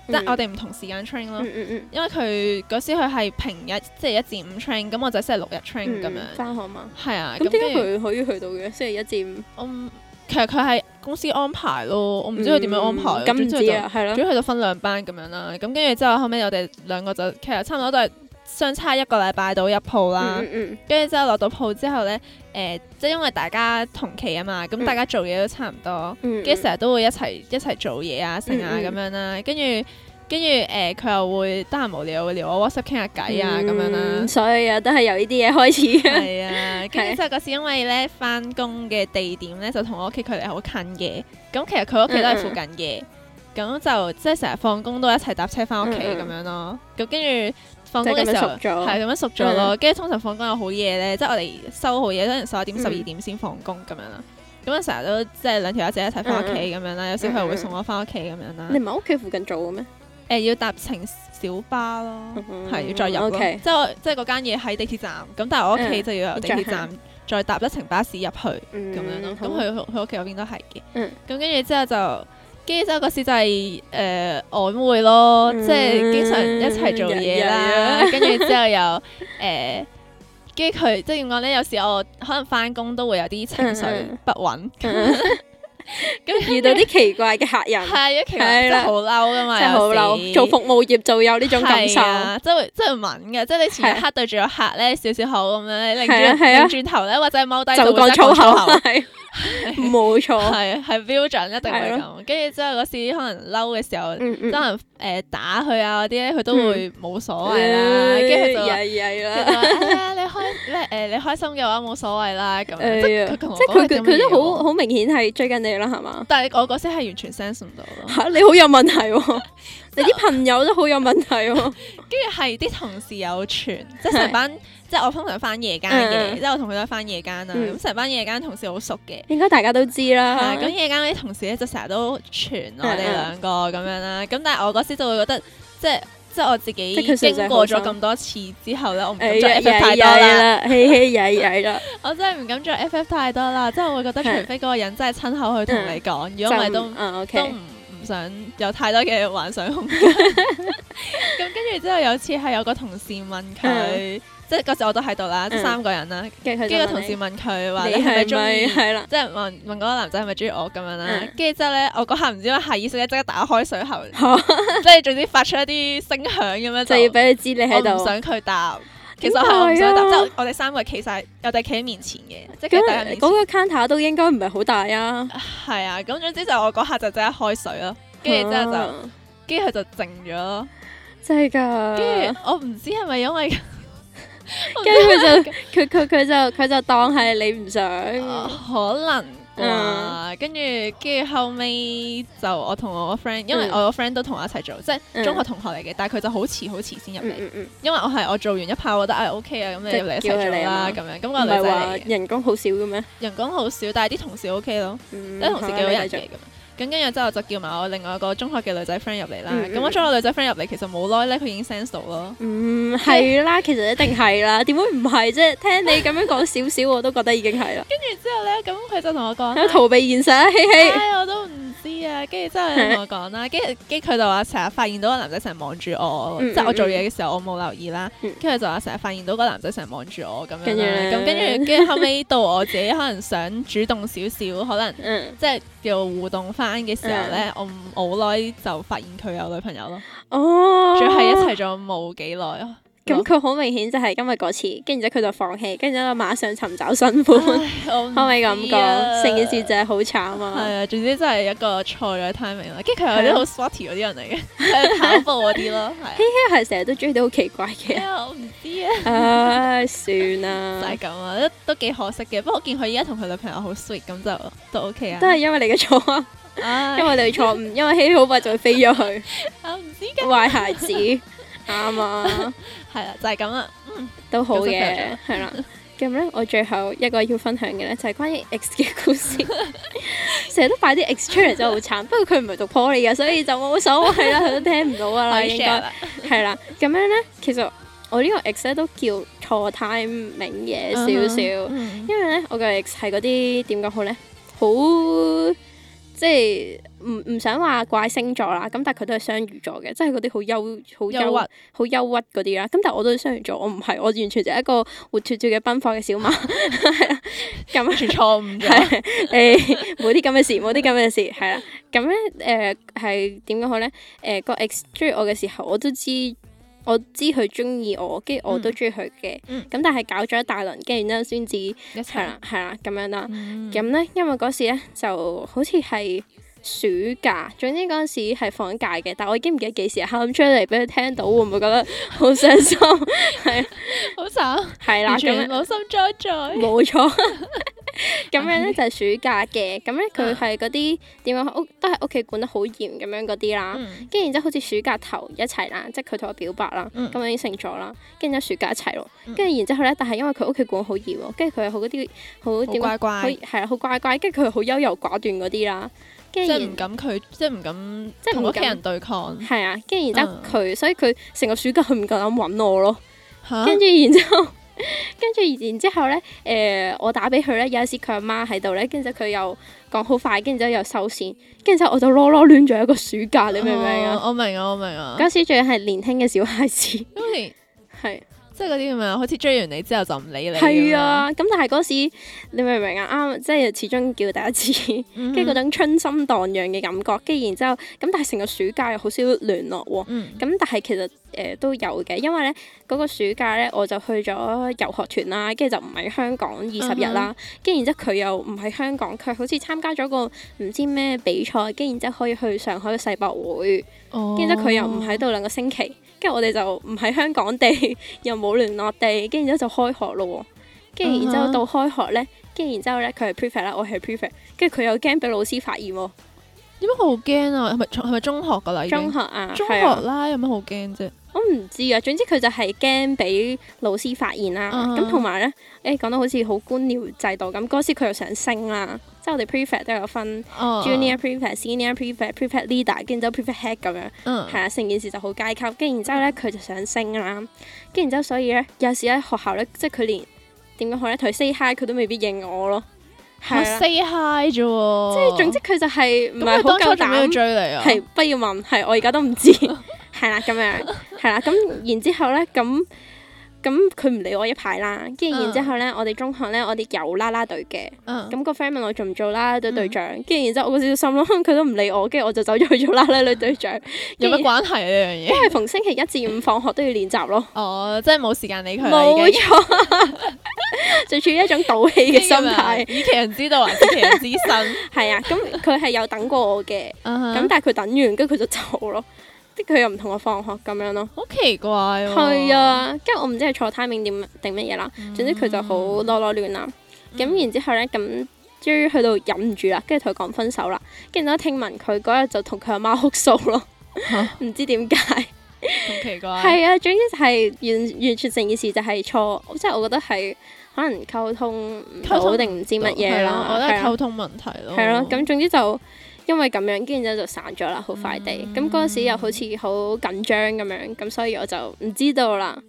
Speaker 4: 即係我哋唔同時間 train 咯
Speaker 3: 嗯。嗯嗯
Speaker 4: 因為佢嗰時佢係平日即係一至五 train，咁我就星期六日
Speaker 3: 嗯
Speaker 4: train 咁樣。
Speaker 3: 翻學嘛。
Speaker 4: 係啊，
Speaker 3: 咁點
Speaker 4: 跟
Speaker 3: 解
Speaker 4: 住
Speaker 3: 佢可以去到嘅？星期一至五，
Speaker 4: 我唔其實佢係公司安排咯，我唔知佢點樣安排。
Speaker 3: 嗯咁唔
Speaker 4: 總之佢就
Speaker 3: 知啊，係
Speaker 4: 主
Speaker 3: 咯。
Speaker 4: 要佢就分兩班咁樣啦，咁跟住之後後尾我哋兩個就其實差唔多都係相差一個禮拜到入鋪啦
Speaker 3: 嗯，嗯
Speaker 4: 跟住之後落到鋪之後呢，誒、即係因為大家同期啊嘛，咁
Speaker 3: 嗯
Speaker 4: 大家做嘢都差唔多，
Speaker 3: 嗯，
Speaker 4: 跟住成日都會一齊一齊做嘢啊、成啊
Speaker 3: 嗯嗯
Speaker 4: 咁樣啦，跟住跟住誒佢又會得閒無聊會撩我 WhatsApp 傾下偈啊咁樣啦
Speaker 3: 嗯。所以啊，都係由呢啲嘢
Speaker 4: [laughs]
Speaker 3: 開始嘅。[laughs]
Speaker 4: 係啊，跟住之後嗰時因為咧翻工嘅地點咧就同我屋企距離好近嘅，咁其實佢屋企都係附
Speaker 3: 嗯
Speaker 4: 近嘅，咁就即係成日放工都一齊搭車翻屋企
Speaker 3: 嗯嗯
Speaker 4: 咁樣咯。咁跟住放工嘅時候
Speaker 3: 即係咁樣熟咗嗯
Speaker 4: 係咁樣熟咗咯。跟住通常放工又好夜咧，即係我哋收好嘢，可能十一點十二
Speaker 3: 嗯
Speaker 4: 點先放工咁樣啦。咁啊成日都即係兩條友仔一齊翻
Speaker 3: 嗯
Speaker 4: 屋企咁樣啦，有時佢又會送我翻屋企咁樣啦
Speaker 3: 你。唔係屋企附近做嘅咩？
Speaker 4: 誒要搭乘小巴咯，
Speaker 3: 嗯
Speaker 4: 係要再入咯
Speaker 3: OK
Speaker 4: 即係我即係嗰間嘢喺地鐵站，咁但係我屋企
Speaker 3: 嗯
Speaker 4: 就要由地鐵站再搭一程巴士入去咁
Speaker 3: 咁
Speaker 4: 樣咯。咁
Speaker 3: 嗯
Speaker 4: [laughs]
Speaker 3: 好
Speaker 4: 佢佢屋企嗰邊都係嘅。
Speaker 3: 嗯
Speaker 4: 咁跟住之後就，跟住之後嗰時就係誒曖昧咯，
Speaker 3: 嗯
Speaker 4: 即係經常一齊做嘢啦
Speaker 3: 日。
Speaker 4: 跟住之後又誒。跟住佢即係點講咧？有時我可能翻工都會有啲情緒
Speaker 3: 嗯嗯
Speaker 4: 不穩，
Speaker 3: 嗯
Speaker 4: 咁
Speaker 3: 遇到啲奇怪嘅客人，
Speaker 4: 係啊，一其實
Speaker 3: 係
Speaker 4: 真係
Speaker 3: 啦
Speaker 4: 好嬲噶嘛，
Speaker 3: 真係好
Speaker 4: 有
Speaker 3: 嬲。
Speaker 4: 時
Speaker 3: 做服務業就有呢種感受
Speaker 4: 係，啊，即係即係敏嘅，即係你前一刻對住個客咧少少口咁樣，你擰
Speaker 3: 係啊
Speaker 4: 轉
Speaker 3: 係啊
Speaker 4: 擰轉頭咧，或者踎低
Speaker 3: 就
Speaker 4: 會
Speaker 3: 講
Speaker 4: 即刻
Speaker 3: 粗
Speaker 4: 講
Speaker 3: 口，係 [laughs] 冇錯。
Speaker 4: [laughs] 係係標準一定
Speaker 3: 係
Speaker 4: 會
Speaker 3: 咯
Speaker 4: 咁。跟住之後嗰時可能嬲嘅時候，
Speaker 3: 嗯
Speaker 4: 可
Speaker 3: 嗯，
Speaker 4: 能誒打佢啊嗰啲咧，佢都會冇所謂啦。跟住佢就話
Speaker 3: 曳曳
Speaker 4: 佢就
Speaker 3: 啦。
Speaker 4: 話哎呀你開咩誒你開心嘅話冇所謂啦咁
Speaker 3: 哎
Speaker 4: 樣，即係
Speaker 3: 呀
Speaker 4: 佢同我
Speaker 3: 即係佢
Speaker 4: 講
Speaker 3: 佢
Speaker 4: 係咁
Speaker 3: 佢
Speaker 4: 嘅嘢
Speaker 3: 都
Speaker 4: 喎
Speaker 3: 好好明顯係追緊你啦，係
Speaker 4: [laughs]
Speaker 3: 嘛？
Speaker 4: 但係我嗰時係完全 sense 唔到咯。
Speaker 3: 嚇你好有問題喎！你啲朋友都好有問題喎。
Speaker 4: 跟住係啲同事有
Speaker 3: [laughs]
Speaker 4: 傳，即係成班，即係我通常翻夜間嘅，
Speaker 3: 嗯
Speaker 4: 即係我同佢都翻夜間啦。
Speaker 3: 嗯啊
Speaker 4: 咁成班夜間同事好熟嘅，
Speaker 3: 應該大家都知啦
Speaker 4: 係。啊咁夜間嗰啲同事咧就成日都傳我哋
Speaker 3: 嗯
Speaker 4: 兩個咁樣啦。咁但係我嗰時就會覺得，即係即係我自己
Speaker 3: 即係佢純粹
Speaker 4: 經過咗
Speaker 3: 好心
Speaker 4: 咁多次之後咧，我唔
Speaker 3: 哎呀
Speaker 4: 敢再 FF
Speaker 3: 曳
Speaker 4: 太多
Speaker 3: 曳
Speaker 4: 啦，
Speaker 3: 啦，嘿嘿曳曳啦，
Speaker 4: 我真係唔敢再 FF 太多啦。即係我會覺得，除
Speaker 3: 係嗯
Speaker 4: 非嗰個人真係親口去同你講， [laughs] 如
Speaker 3: 就
Speaker 4: 果唔係都
Speaker 3: 唔啊 OK
Speaker 4: 都唔。唔想有太多嘅幻想
Speaker 3: [laughs]
Speaker 4: 空間，咁跟住之後有次係有個同事問佢，即係嗰時我都喺度啦，即係
Speaker 3: 嗯
Speaker 4: 三個人啦，
Speaker 3: 跟住佢
Speaker 4: 跟住
Speaker 3: 就
Speaker 4: 個
Speaker 3: 問
Speaker 4: 同
Speaker 3: 你
Speaker 4: 事問佢話
Speaker 3: 你
Speaker 4: 你係咪
Speaker 3: 係
Speaker 4: 中
Speaker 3: 咪
Speaker 4: 意，
Speaker 3: 係
Speaker 4: [laughs]
Speaker 3: 啦？
Speaker 4: 即係問問嗰個男仔係咪中意我咁樣啦
Speaker 3: 嗯，
Speaker 4: 跟住之後咧，我嗰下唔知點解下意識咧即刻打開水
Speaker 3: [laughs]
Speaker 4: 喉，
Speaker 3: 嚇
Speaker 4: 即係總之發出一啲聲響咁樣
Speaker 3: 就要俾你知你喺
Speaker 4: 我唔
Speaker 3: 度。
Speaker 4: 想佢答。其實我係我唔想答，
Speaker 3: 點
Speaker 4: 即
Speaker 3: 解啊
Speaker 4: 係我哋三個企晒，我哋企喺面前嘅，即係佢喺
Speaker 3: 咁嗰
Speaker 4: 面前。
Speaker 3: 個 counter 都應該唔係好大啊。
Speaker 4: 係啊，咁總之就我嗰下就即刻開水咯，跟住之後就。
Speaker 3: 啊
Speaker 4: 跟住佢就靜咗咯。
Speaker 3: 真係㗎。
Speaker 4: 跟住我唔知係咪因為 [laughs]
Speaker 3: 跟住佢就佢佢佢就佢就當係你唔想，
Speaker 4: 可能
Speaker 3: 嗯
Speaker 4: 啩，跟住跟住後尾就我同我個 friend，因為
Speaker 3: 嗯
Speaker 4: 我個 friend 都同我一齊做，即係
Speaker 3: 嗯
Speaker 4: 中學同學嚟嘅，但係佢就好遲好遲先入
Speaker 3: 嗯
Speaker 4: 嚟，
Speaker 3: 嗯嗯，
Speaker 4: 因為我係我做完一炮，我覺得啊 OK 啊，咁你
Speaker 3: 即
Speaker 4: 入嚟一
Speaker 3: 叫
Speaker 4: 齊
Speaker 3: 佢
Speaker 4: 做
Speaker 3: 嚟
Speaker 4: 啦
Speaker 3: 嘛
Speaker 4: 咁樣。咁
Speaker 3: 唔
Speaker 4: 我女
Speaker 3: 係話
Speaker 4: 仔嚟嘅，
Speaker 3: 人工好少嘅咩？
Speaker 4: 人工好少，但係啲同事 OK 咯，
Speaker 3: 嗯
Speaker 4: 啲同事幾好
Speaker 3: 好啊
Speaker 4: 人
Speaker 3: 你繼
Speaker 4: 嘅
Speaker 3: 續
Speaker 4: 咁樣。咁跟住之後就叫埋我另外一個中學嘅女仔 friend 入嚟啦。
Speaker 3: 嗯嗯
Speaker 4: 咁我中學女仔 friend 入嚟，其實冇耐咧，佢已經 sense 到咯。
Speaker 3: 嗯，係啦，其實一定係啦，點會唔係啫？聽你咁樣講少少，我都覺得已經係啦，
Speaker 4: 跟住之後咧，咁佢就同我 [laughs] 講
Speaker 3: 有逃避現實啊，嘿嘿。
Speaker 4: 唉，我都唔知啊。跟住之後佢同我
Speaker 3: [laughs]
Speaker 4: 講啦，跟住跟住佢就話成日發現到個男仔成日望住我，
Speaker 3: 嗯
Speaker 4: 即係我
Speaker 3: 嗯
Speaker 4: 做嘢嘅時候我冇留意啦。
Speaker 3: 嗯
Speaker 4: 跟住佢就話成日發現到個男仔成日望住我咁樣
Speaker 3: 跟住
Speaker 4: 啦。
Speaker 3: 咧
Speaker 4: 咁跟住跟住後尾到我自己可能想主動少少，可能
Speaker 3: 嗯，
Speaker 4: 即係叫互動翻嘅時候咧，我唔冇耐就發現佢有女朋友咯，
Speaker 3: 哦，
Speaker 4: 仲係一齊咗冇幾耐 [laughs] 咯。
Speaker 3: 咁佢好明顯就係因為嗰次，跟住之後佢就放棄，跟住之後馬上尋找新歡，可
Speaker 4: 可
Speaker 3: 唔可以咁講？成件事哎就係好慘
Speaker 4: 啊係
Speaker 3: 啊！
Speaker 4: 啊，總之真係一個錯咗 timing 啦。跟住佢有啲好 sporty 嗰啲人嚟嘅，佢跑步嗰啲咯，係啊。
Speaker 3: 因為係成日都追到好奇怪嘅 [laughs] 人，
Speaker 4: [laughs] 啊，我唔知啊，
Speaker 3: 唉，算
Speaker 4: 就
Speaker 3: 啦
Speaker 4: 係，咁啊，都都幾可惜嘅。不過我見佢依家同佢女朋友好 sweet，咁就都 OK 啊。
Speaker 3: 都係因為你嘅錯啊！
Speaker 4: 唉，
Speaker 3: 因為你錯誤，因為希好快就會飛咗 [laughs] 去，
Speaker 4: 我唔知 [laughs] 嘅，
Speaker 3: 壞孩子，啱啊，
Speaker 4: 係啦，就係咁啊啦。
Speaker 3: 都好
Speaker 4: 咁就繼續
Speaker 3: 嘅，
Speaker 4: [laughs]
Speaker 3: 係啦。咁咧，我最後一個要分享嘅咧，就係、關於 X 嘅故事。成日都擺啲 X 出嚟真係好慘，不過佢唔係讀 poly 嘅，所以就冇所謂啦，佢都聽唔到噶
Speaker 4: 我
Speaker 3: 啦，
Speaker 4: 哋
Speaker 3: 應
Speaker 4: share
Speaker 3: 該
Speaker 4: 啦，
Speaker 3: 係啦。咁樣咧，其實我呢個 X 咧都叫錯 timing 嘢少少。
Speaker 4: 嗯哼。
Speaker 3: 因為咧，我個 ex 係嗰啲點講好咧，好即即係唔唔想話怪星座啦，咁但係佢都係雙魚座嘅，即係嗰啲好憂好
Speaker 4: 憂鬱
Speaker 3: 憂好憂鬱嗰啲啦。咁但係我都係雙魚座，我唔係，我完全就係一個活脱脱嘅奔放嘅小馬， [laughs] 係啦。
Speaker 4: 完
Speaker 3: 咁
Speaker 4: 全錯誤咗。
Speaker 3: 係誒冇啲咁嘅事，冇啲咁嘅事，係啦。咁咧誒係點講好咧？誒、個 ex 中意我嘅時候，我都知我知佢中意我，跟住我都中意佢嘅。咁、
Speaker 4: 嗯
Speaker 3: 但係搞咗一大輪，跟住之後先至
Speaker 4: 一
Speaker 3: 係
Speaker 4: 齊嗯
Speaker 3: 啦，係啦咁樣啦。
Speaker 4: 咁
Speaker 3: 咁咧，因為嗰時咧就好似係暑假，總之嗰陣時係放假嘅，但我已經唔記得幾時喊出嚟俾佢聽到，會唔會覺得好傷心？係
Speaker 4: 好慘，
Speaker 3: 係啦，
Speaker 4: 完
Speaker 3: 咁樣
Speaker 4: 全冇心栽在。
Speaker 3: 冇錯。 [laughs] 咁樣咧就係暑假嘅，咁咧佢係嗰啲點樣屋都係屋企管得好嚴咁樣嗰啲啦。
Speaker 4: 嗯
Speaker 3: 跟住然之後好似暑假頭一齊啦，即係佢同我表白啦，
Speaker 4: 嗯
Speaker 3: 咁、我已經成咗啦。跟住之後暑假一齊咯，
Speaker 4: 嗯
Speaker 3: 跟住然之後咧，但係因為佢屋企管好嚴喎，跟住佢係好嗰啲好
Speaker 4: 好啊
Speaker 3: 點講
Speaker 4: 乖
Speaker 3: 好
Speaker 4: 乖，
Speaker 3: 係啦，好乖乖，跟住佢好優柔寡斷嗰啲啦，跟
Speaker 4: 即
Speaker 3: 住
Speaker 4: 係唔
Speaker 3: 然
Speaker 4: 敢佢，即係唔敢，
Speaker 3: 即係唔
Speaker 4: 同屋企
Speaker 3: 敢
Speaker 4: 人對抗。
Speaker 3: 係啊，跟住然之後
Speaker 4: 嗯
Speaker 3: 佢，所以佢成個暑假佢唔夠膽揾我咯，
Speaker 4: 嚇
Speaker 3: 跟住然之後。 [laughs] 跟住然之後咧，誒、我打俾佢咧，有陣時佢阿媽喺度咧，跟住佢又講好快，跟住之後又收線，跟住之後我就囉囉攣咗一個暑假，你明唔明啊？
Speaker 4: 哦我明啊，我明啊。
Speaker 3: 嗰時仲要係年輕嘅小孩子，
Speaker 4: 因為
Speaker 3: 係
Speaker 4: 即係嗰啲咁啊樣，好似追完你之後就唔理你。
Speaker 3: 係，啊，咁但係嗰時你明唔明啊？啱，即係始終叫第一次。跟住嗰
Speaker 4: 度，
Speaker 3: 種春心蕩漾嘅感覺，跟住然之後咁，但係成個暑假又好少聯絡喎。
Speaker 4: 嗯
Speaker 3: 咁但係其實誒、呃都有嘅，因為咧嗰、個暑假咧我就去咗遊學團啦，跟住就唔喺香港二十日啦，跟住然之後佢又唔喺香港，佢好似參加咗個唔知咩比賽，跟住然之後可以去上海嘅世博會，
Speaker 4: 哦
Speaker 3: 跟住之後佢又唔喺度兩個星期，跟住我哋就唔喺香港地， [laughs] 又冇聯絡地，跟住然之後就開學咯喎。跟住然之
Speaker 4: 嗯
Speaker 3: 後
Speaker 4: 哼
Speaker 3: 到開學咧，跟住然之後咧佢係 prefect 啦，我係 prefect，跟住佢又驚俾老師發現喎。
Speaker 4: 有乜好驚啊？係咪係咪中學噶啦？已經
Speaker 3: 中學啊，
Speaker 4: 中
Speaker 3: 係
Speaker 4: 學
Speaker 3: 啊，
Speaker 4: 啦，有乜好驚啫？
Speaker 3: 我唔知啊。總之佢就係驚俾老師發現啦。
Speaker 4: 嗯
Speaker 3: 咁同埋咧，誒講到好似好官僚制度咁，嗰時佢又想升啦，即係我哋 prefect 都有分
Speaker 4: 哦
Speaker 3: junior prefect、senior prefect、prefect leader，跟住之後 prefect head 咁樣。
Speaker 4: 嗯
Speaker 3: 係啊，成件事就好階級。跟住然之後咧，佢就想升啦。跟住然之後，所以咧有時喺學校咧，即係佢連點講好咧，同佢 say hi 佢都未必應我咯。係
Speaker 4: 我
Speaker 3: 啊，
Speaker 4: say hi 啫喎。
Speaker 3: 即係總之佢就係唔
Speaker 4: 咁佢
Speaker 3: 係好
Speaker 4: 當初
Speaker 3: 夠
Speaker 4: 做咩要
Speaker 3: 膽。
Speaker 4: 追你啊？
Speaker 3: 係不要問，係我而家都唔知， [laughs] 係啦咁樣，係啦咁然之後咧，咁咁佢唔理我一排啦，跟住
Speaker 4: 嗯
Speaker 3: 然之後咧，我哋中學咧，我哋有啦啦隊嘅，
Speaker 4: 嗯，
Speaker 3: 咁個 friend 問我做唔做啦啦隊隊長，跟住然之後我嗰時心諗 [laughs] 佢都唔理我，跟住我就走咗去做啦啦隊隊長，
Speaker 4: 有乜
Speaker 3: 跟住
Speaker 4: 關係啊呢樣嘢？
Speaker 3: 因為逢星期一至五放學都要練習咯，
Speaker 4: 哦，即係冇時間理佢啦，
Speaker 3: 冇
Speaker 4: 已經
Speaker 3: [laughs] 錯，就處於一種賭氣嘅心
Speaker 4: [laughs]
Speaker 3: 態，
Speaker 4: 以其人之道還治其人之身。
Speaker 3: [laughs]
Speaker 4: 嗯
Speaker 3: 係啊，咁佢係有等過我嘅，咁
Speaker 4: 咁
Speaker 3: 但係佢等完，跟住佢就走咯，即係佢又唔同我放學咁樣咯。
Speaker 4: 好奇怪喎。
Speaker 3: 係，啊，跟住我唔知係錯 timing 點定乜嘢啦，總之佢就好囉囉亂啦。咁、然之後咧，咁終於去到忍唔住啦，跟住同佢講分手啦。跟住我聽聞佢嗰日就同佢阿媽哭訴咯，唔知點解。
Speaker 4: 好奇怪。
Speaker 3: 係啊，總之就係完完全成件事就係錯，即係我覺得係可能溝通唔
Speaker 4: 溝通
Speaker 3: 到
Speaker 4: 唔
Speaker 3: 定唔知乜
Speaker 4: 係
Speaker 3: 嘢
Speaker 4: 啦
Speaker 3: 啦，
Speaker 4: 我覺得
Speaker 3: 係
Speaker 4: 係
Speaker 3: 啊
Speaker 4: 溝通問題咯。
Speaker 3: 係咯，咁總之就因為咁樣，跟住之後就散咗啦，好快地。
Speaker 4: 嗯
Speaker 3: 咁嗰陣時又好似好緊張咁樣，咁所以我就唔知道啦。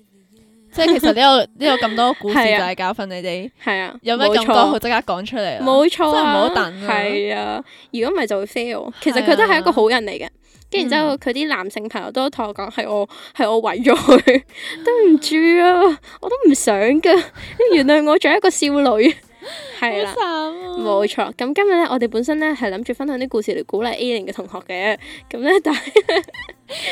Speaker 4: 即係其實呢個呢個咁多故事就
Speaker 3: [laughs] 係啊
Speaker 4: 係教訓你哋
Speaker 3: 係啊，
Speaker 4: 有咩
Speaker 3: 冇
Speaker 4: 感覺，
Speaker 3: 錯
Speaker 4: 好即刻講出嚟啦。
Speaker 3: 冇錯
Speaker 4: 真係
Speaker 3: 啊，
Speaker 4: 唔好等啊
Speaker 3: 係啊，如果唔係就會 fail。其實
Speaker 4: 係啊嗯
Speaker 3: 佢都係一個好人嚟嘅。跟住之後，佢啲男性朋友都同我講係我係我毀咗佢， [laughs] 對唔住啊，我都唔想㗎，你原諒我做一個少女。係啦
Speaker 4: 好，慘啊！
Speaker 3: 冇錯。咁今日咧，我哋本身咧係諗住分享啲故事嚟鼓勵 A 零嘅同學嘅，咁咧
Speaker 4: [laughs]
Speaker 3: 但係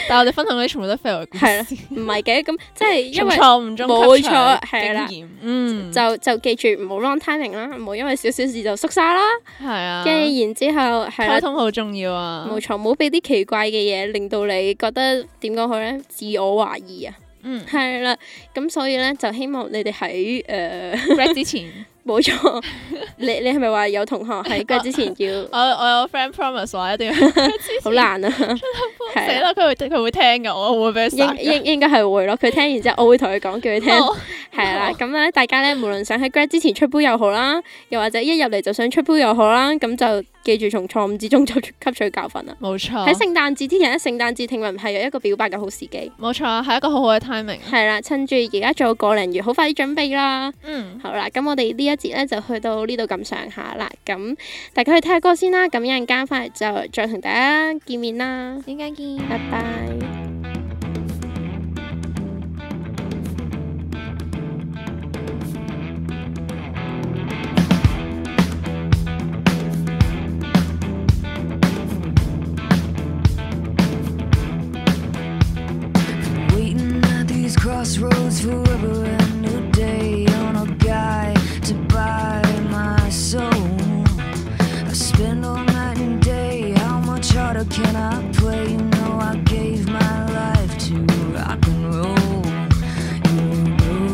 Speaker 4: 但係我哋分享嗰啲全部都 fail 嘅故
Speaker 3: 係啦
Speaker 4: [laughs] 事，
Speaker 3: 唔係嘅，咁即係因
Speaker 4: 從
Speaker 3: 為
Speaker 4: 錯誤中
Speaker 3: 冇
Speaker 4: 吸取
Speaker 3: 錯係啦
Speaker 4: 經驗嗯，
Speaker 3: 就就記住唔好 wrong timing 啦，唔好因為少少事就縮沙啦。
Speaker 4: 係啊，
Speaker 3: 跟住然之後係啦
Speaker 4: 溝，通好重要啊，
Speaker 3: 冇錯，唔好俾啲奇怪嘅嘢令到你覺得點講好咧，自我懷疑
Speaker 4: [laughs]
Speaker 3: 啊， [laughs]
Speaker 4: 嗯
Speaker 3: 係啦，咁所以咧就希望你哋喺誒
Speaker 4: grad 之前，
Speaker 3: [laughs] 冇
Speaker 4: [laughs]
Speaker 3: 錯，你你係咪話有同學喺 grad 之前要
Speaker 4: 我我有 friend promise 話一
Speaker 3: [laughs]
Speaker 4: 定要死
Speaker 3: 好難啊？係啊
Speaker 4: 啦，佢會佢會聽㗎，我會俾佢殺
Speaker 3: 應
Speaker 4: 㗎。
Speaker 3: 應應該係會咯，佢聽完之後我會同佢講，叫佢聽
Speaker 4: 哦
Speaker 3: [laughs] 係啦，咁咧大家咧，無論想喺 grad 之前出杯又好啦，又或者一入嚟就想出杯又好啦，咁就記住從錯誤之中就吸取教訓啦。
Speaker 4: 冇錯，
Speaker 3: 喺聖誕節之前咧，聖誕節聽聞係一個表白嘅好時機，
Speaker 4: 冇錯，啊係一個好好嘅 timing。
Speaker 3: 係啦，趁住而家仲有個零月，好快啲準備啦。
Speaker 4: 嗯，
Speaker 3: 好啦，咁我哋呢一節咧就去到呢度咁上下啦，咁大家去聽下歌先啦，咁一陣間翻嚟就再同大家見面啦，
Speaker 2: 點解見？
Speaker 3: 拜拜。
Speaker 5: Waiting at these crossroads forever and a day on a guy to buy my soul. I spend all night and day. How much harder can I play? You know I gave my life to rock and roll. You know.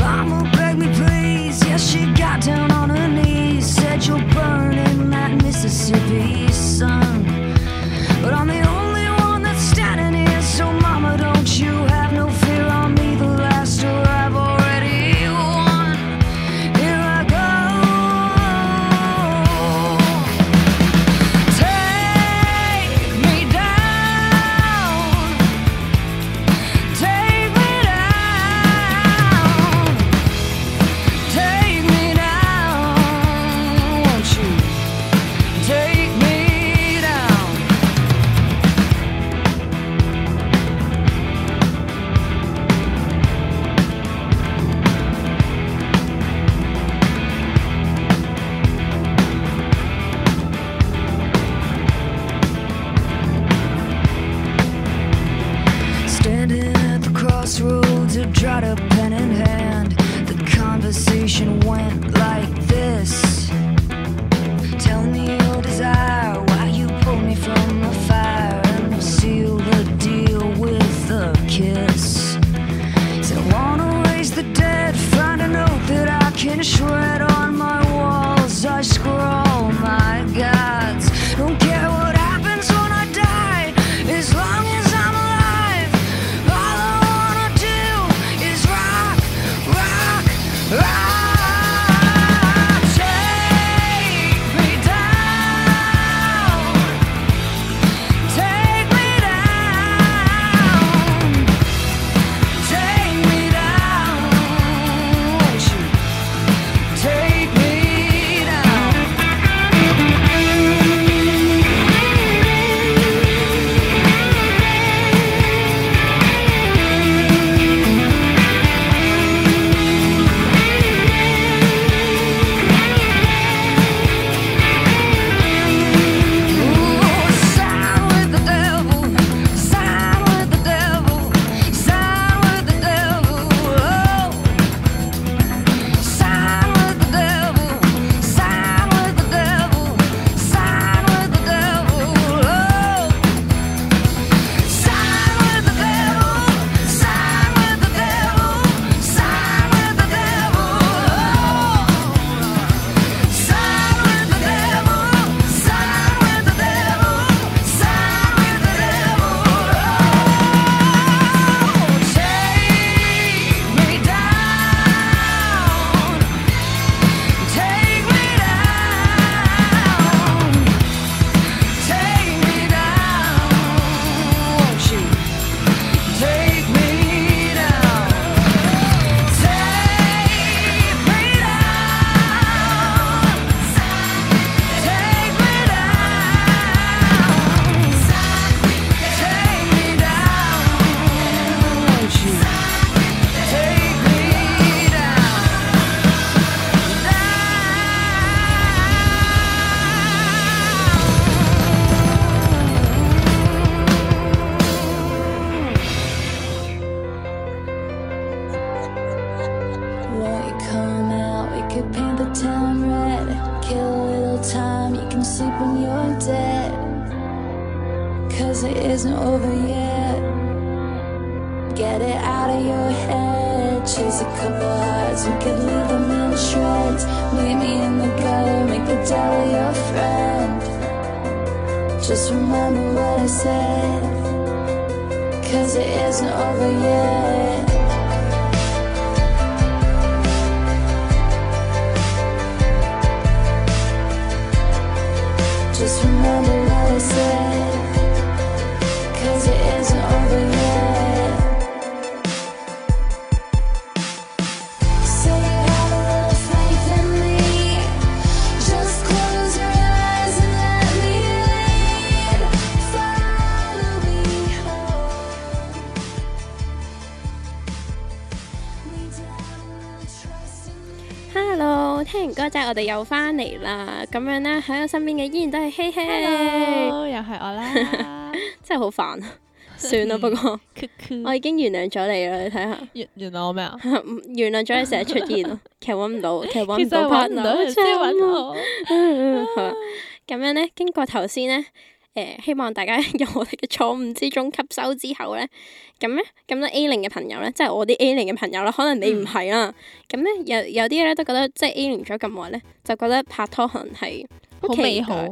Speaker 5: Mama begged me please. Yes, she got down on her knees. Said you'll burn in that Mississippi sun. But I'm the only one that's standing here, so mama, don't you have no fear on me. The last door I've already won. Here I go. Take me down. Take me down. Take me down. Won't you take me down? Standing at the crossroads, a dried up pen in hand. The conversation went like this Tell me your desire, why you pulled me from the fire, and we'll seal the deal with a kiss. Said, I wanna raise the dead, find a note that I can shred on my walls. I scrawl my gods. Don't care what happens when I die, as long as I'm alive. All I wanna do is rock, rock, rock. Take me down, take me down. Take me down, won't you? Take me down. Sign with the devil, sign with the devil, sign with the devil, oh. Sign with the devil, sign with the devil, sign with the devil, oh. Sign with the devil, sign with the devil, sign with the devil, oh. Side with the devil, side with the devil, side with the devil. Take me down, take me down, take me down, won't you? Take me down. Take me down, take me down, take me down, won't you? Take me down.
Speaker 1: Let it come out, we could paint the town red. Kill a little time, you can sleep when you're dead. Cause it isn't over yet. Get it out of your head. Chase a couple hearts, we could leave them in shreds. Meet me in the gutter, make the devil your friend. Just remember what I said. cause it isn't over yet. Just remember what I said, cause it isn't over yet. Say you have a little faith in me. Just close your eyes and let me in. Follow me home. We down, trust in me.
Speaker 3: Hello，聽完歌仔，我哋又翻嚟啦。咁樣咧，喺我身邊嘅依然都係希希，
Speaker 4: Hello，又係我
Speaker 3: [laughs]
Speaker 4: 啦。
Speaker 3: 真係好煩。啊
Speaker 4: [laughs]
Speaker 3: 算啦，不過我已經原諒咗你啦。你睇下， [laughs]
Speaker 4: 原原來我咩啊？
Speaker 3: 唔原諒咗你成日出現咯，其實揾唔到，其實揾
Speaker 4: 其
Speaker 3: 唔
Speaker 4: 實係
Speaker 3: 到
Speaker 4: 揾唔到
Speaker 3: partner，
Speaker 4: 人先揾我。
Speaker 3: 係啊 [laughs] 咁樣咧，經過頭先咧，誒、希望大家由我哋嘅錯誤之中吸收之後咧，咁咧，咁咧 A 零嘅朋友咧，即係我啲 A 零嘅朋友啦，可能你
Speaker 4: 嗯
Speaker 3: 唔係啦，咁咧、有有啲咧都覺得即係 A 零咗咁耐咧，就覺得拍拖可能係
Speaker 4: 好
Speaker 3: 期
Speaker 4: 美
Speaker 3: 待
Speaker 4: 好，
Speaker 3: 好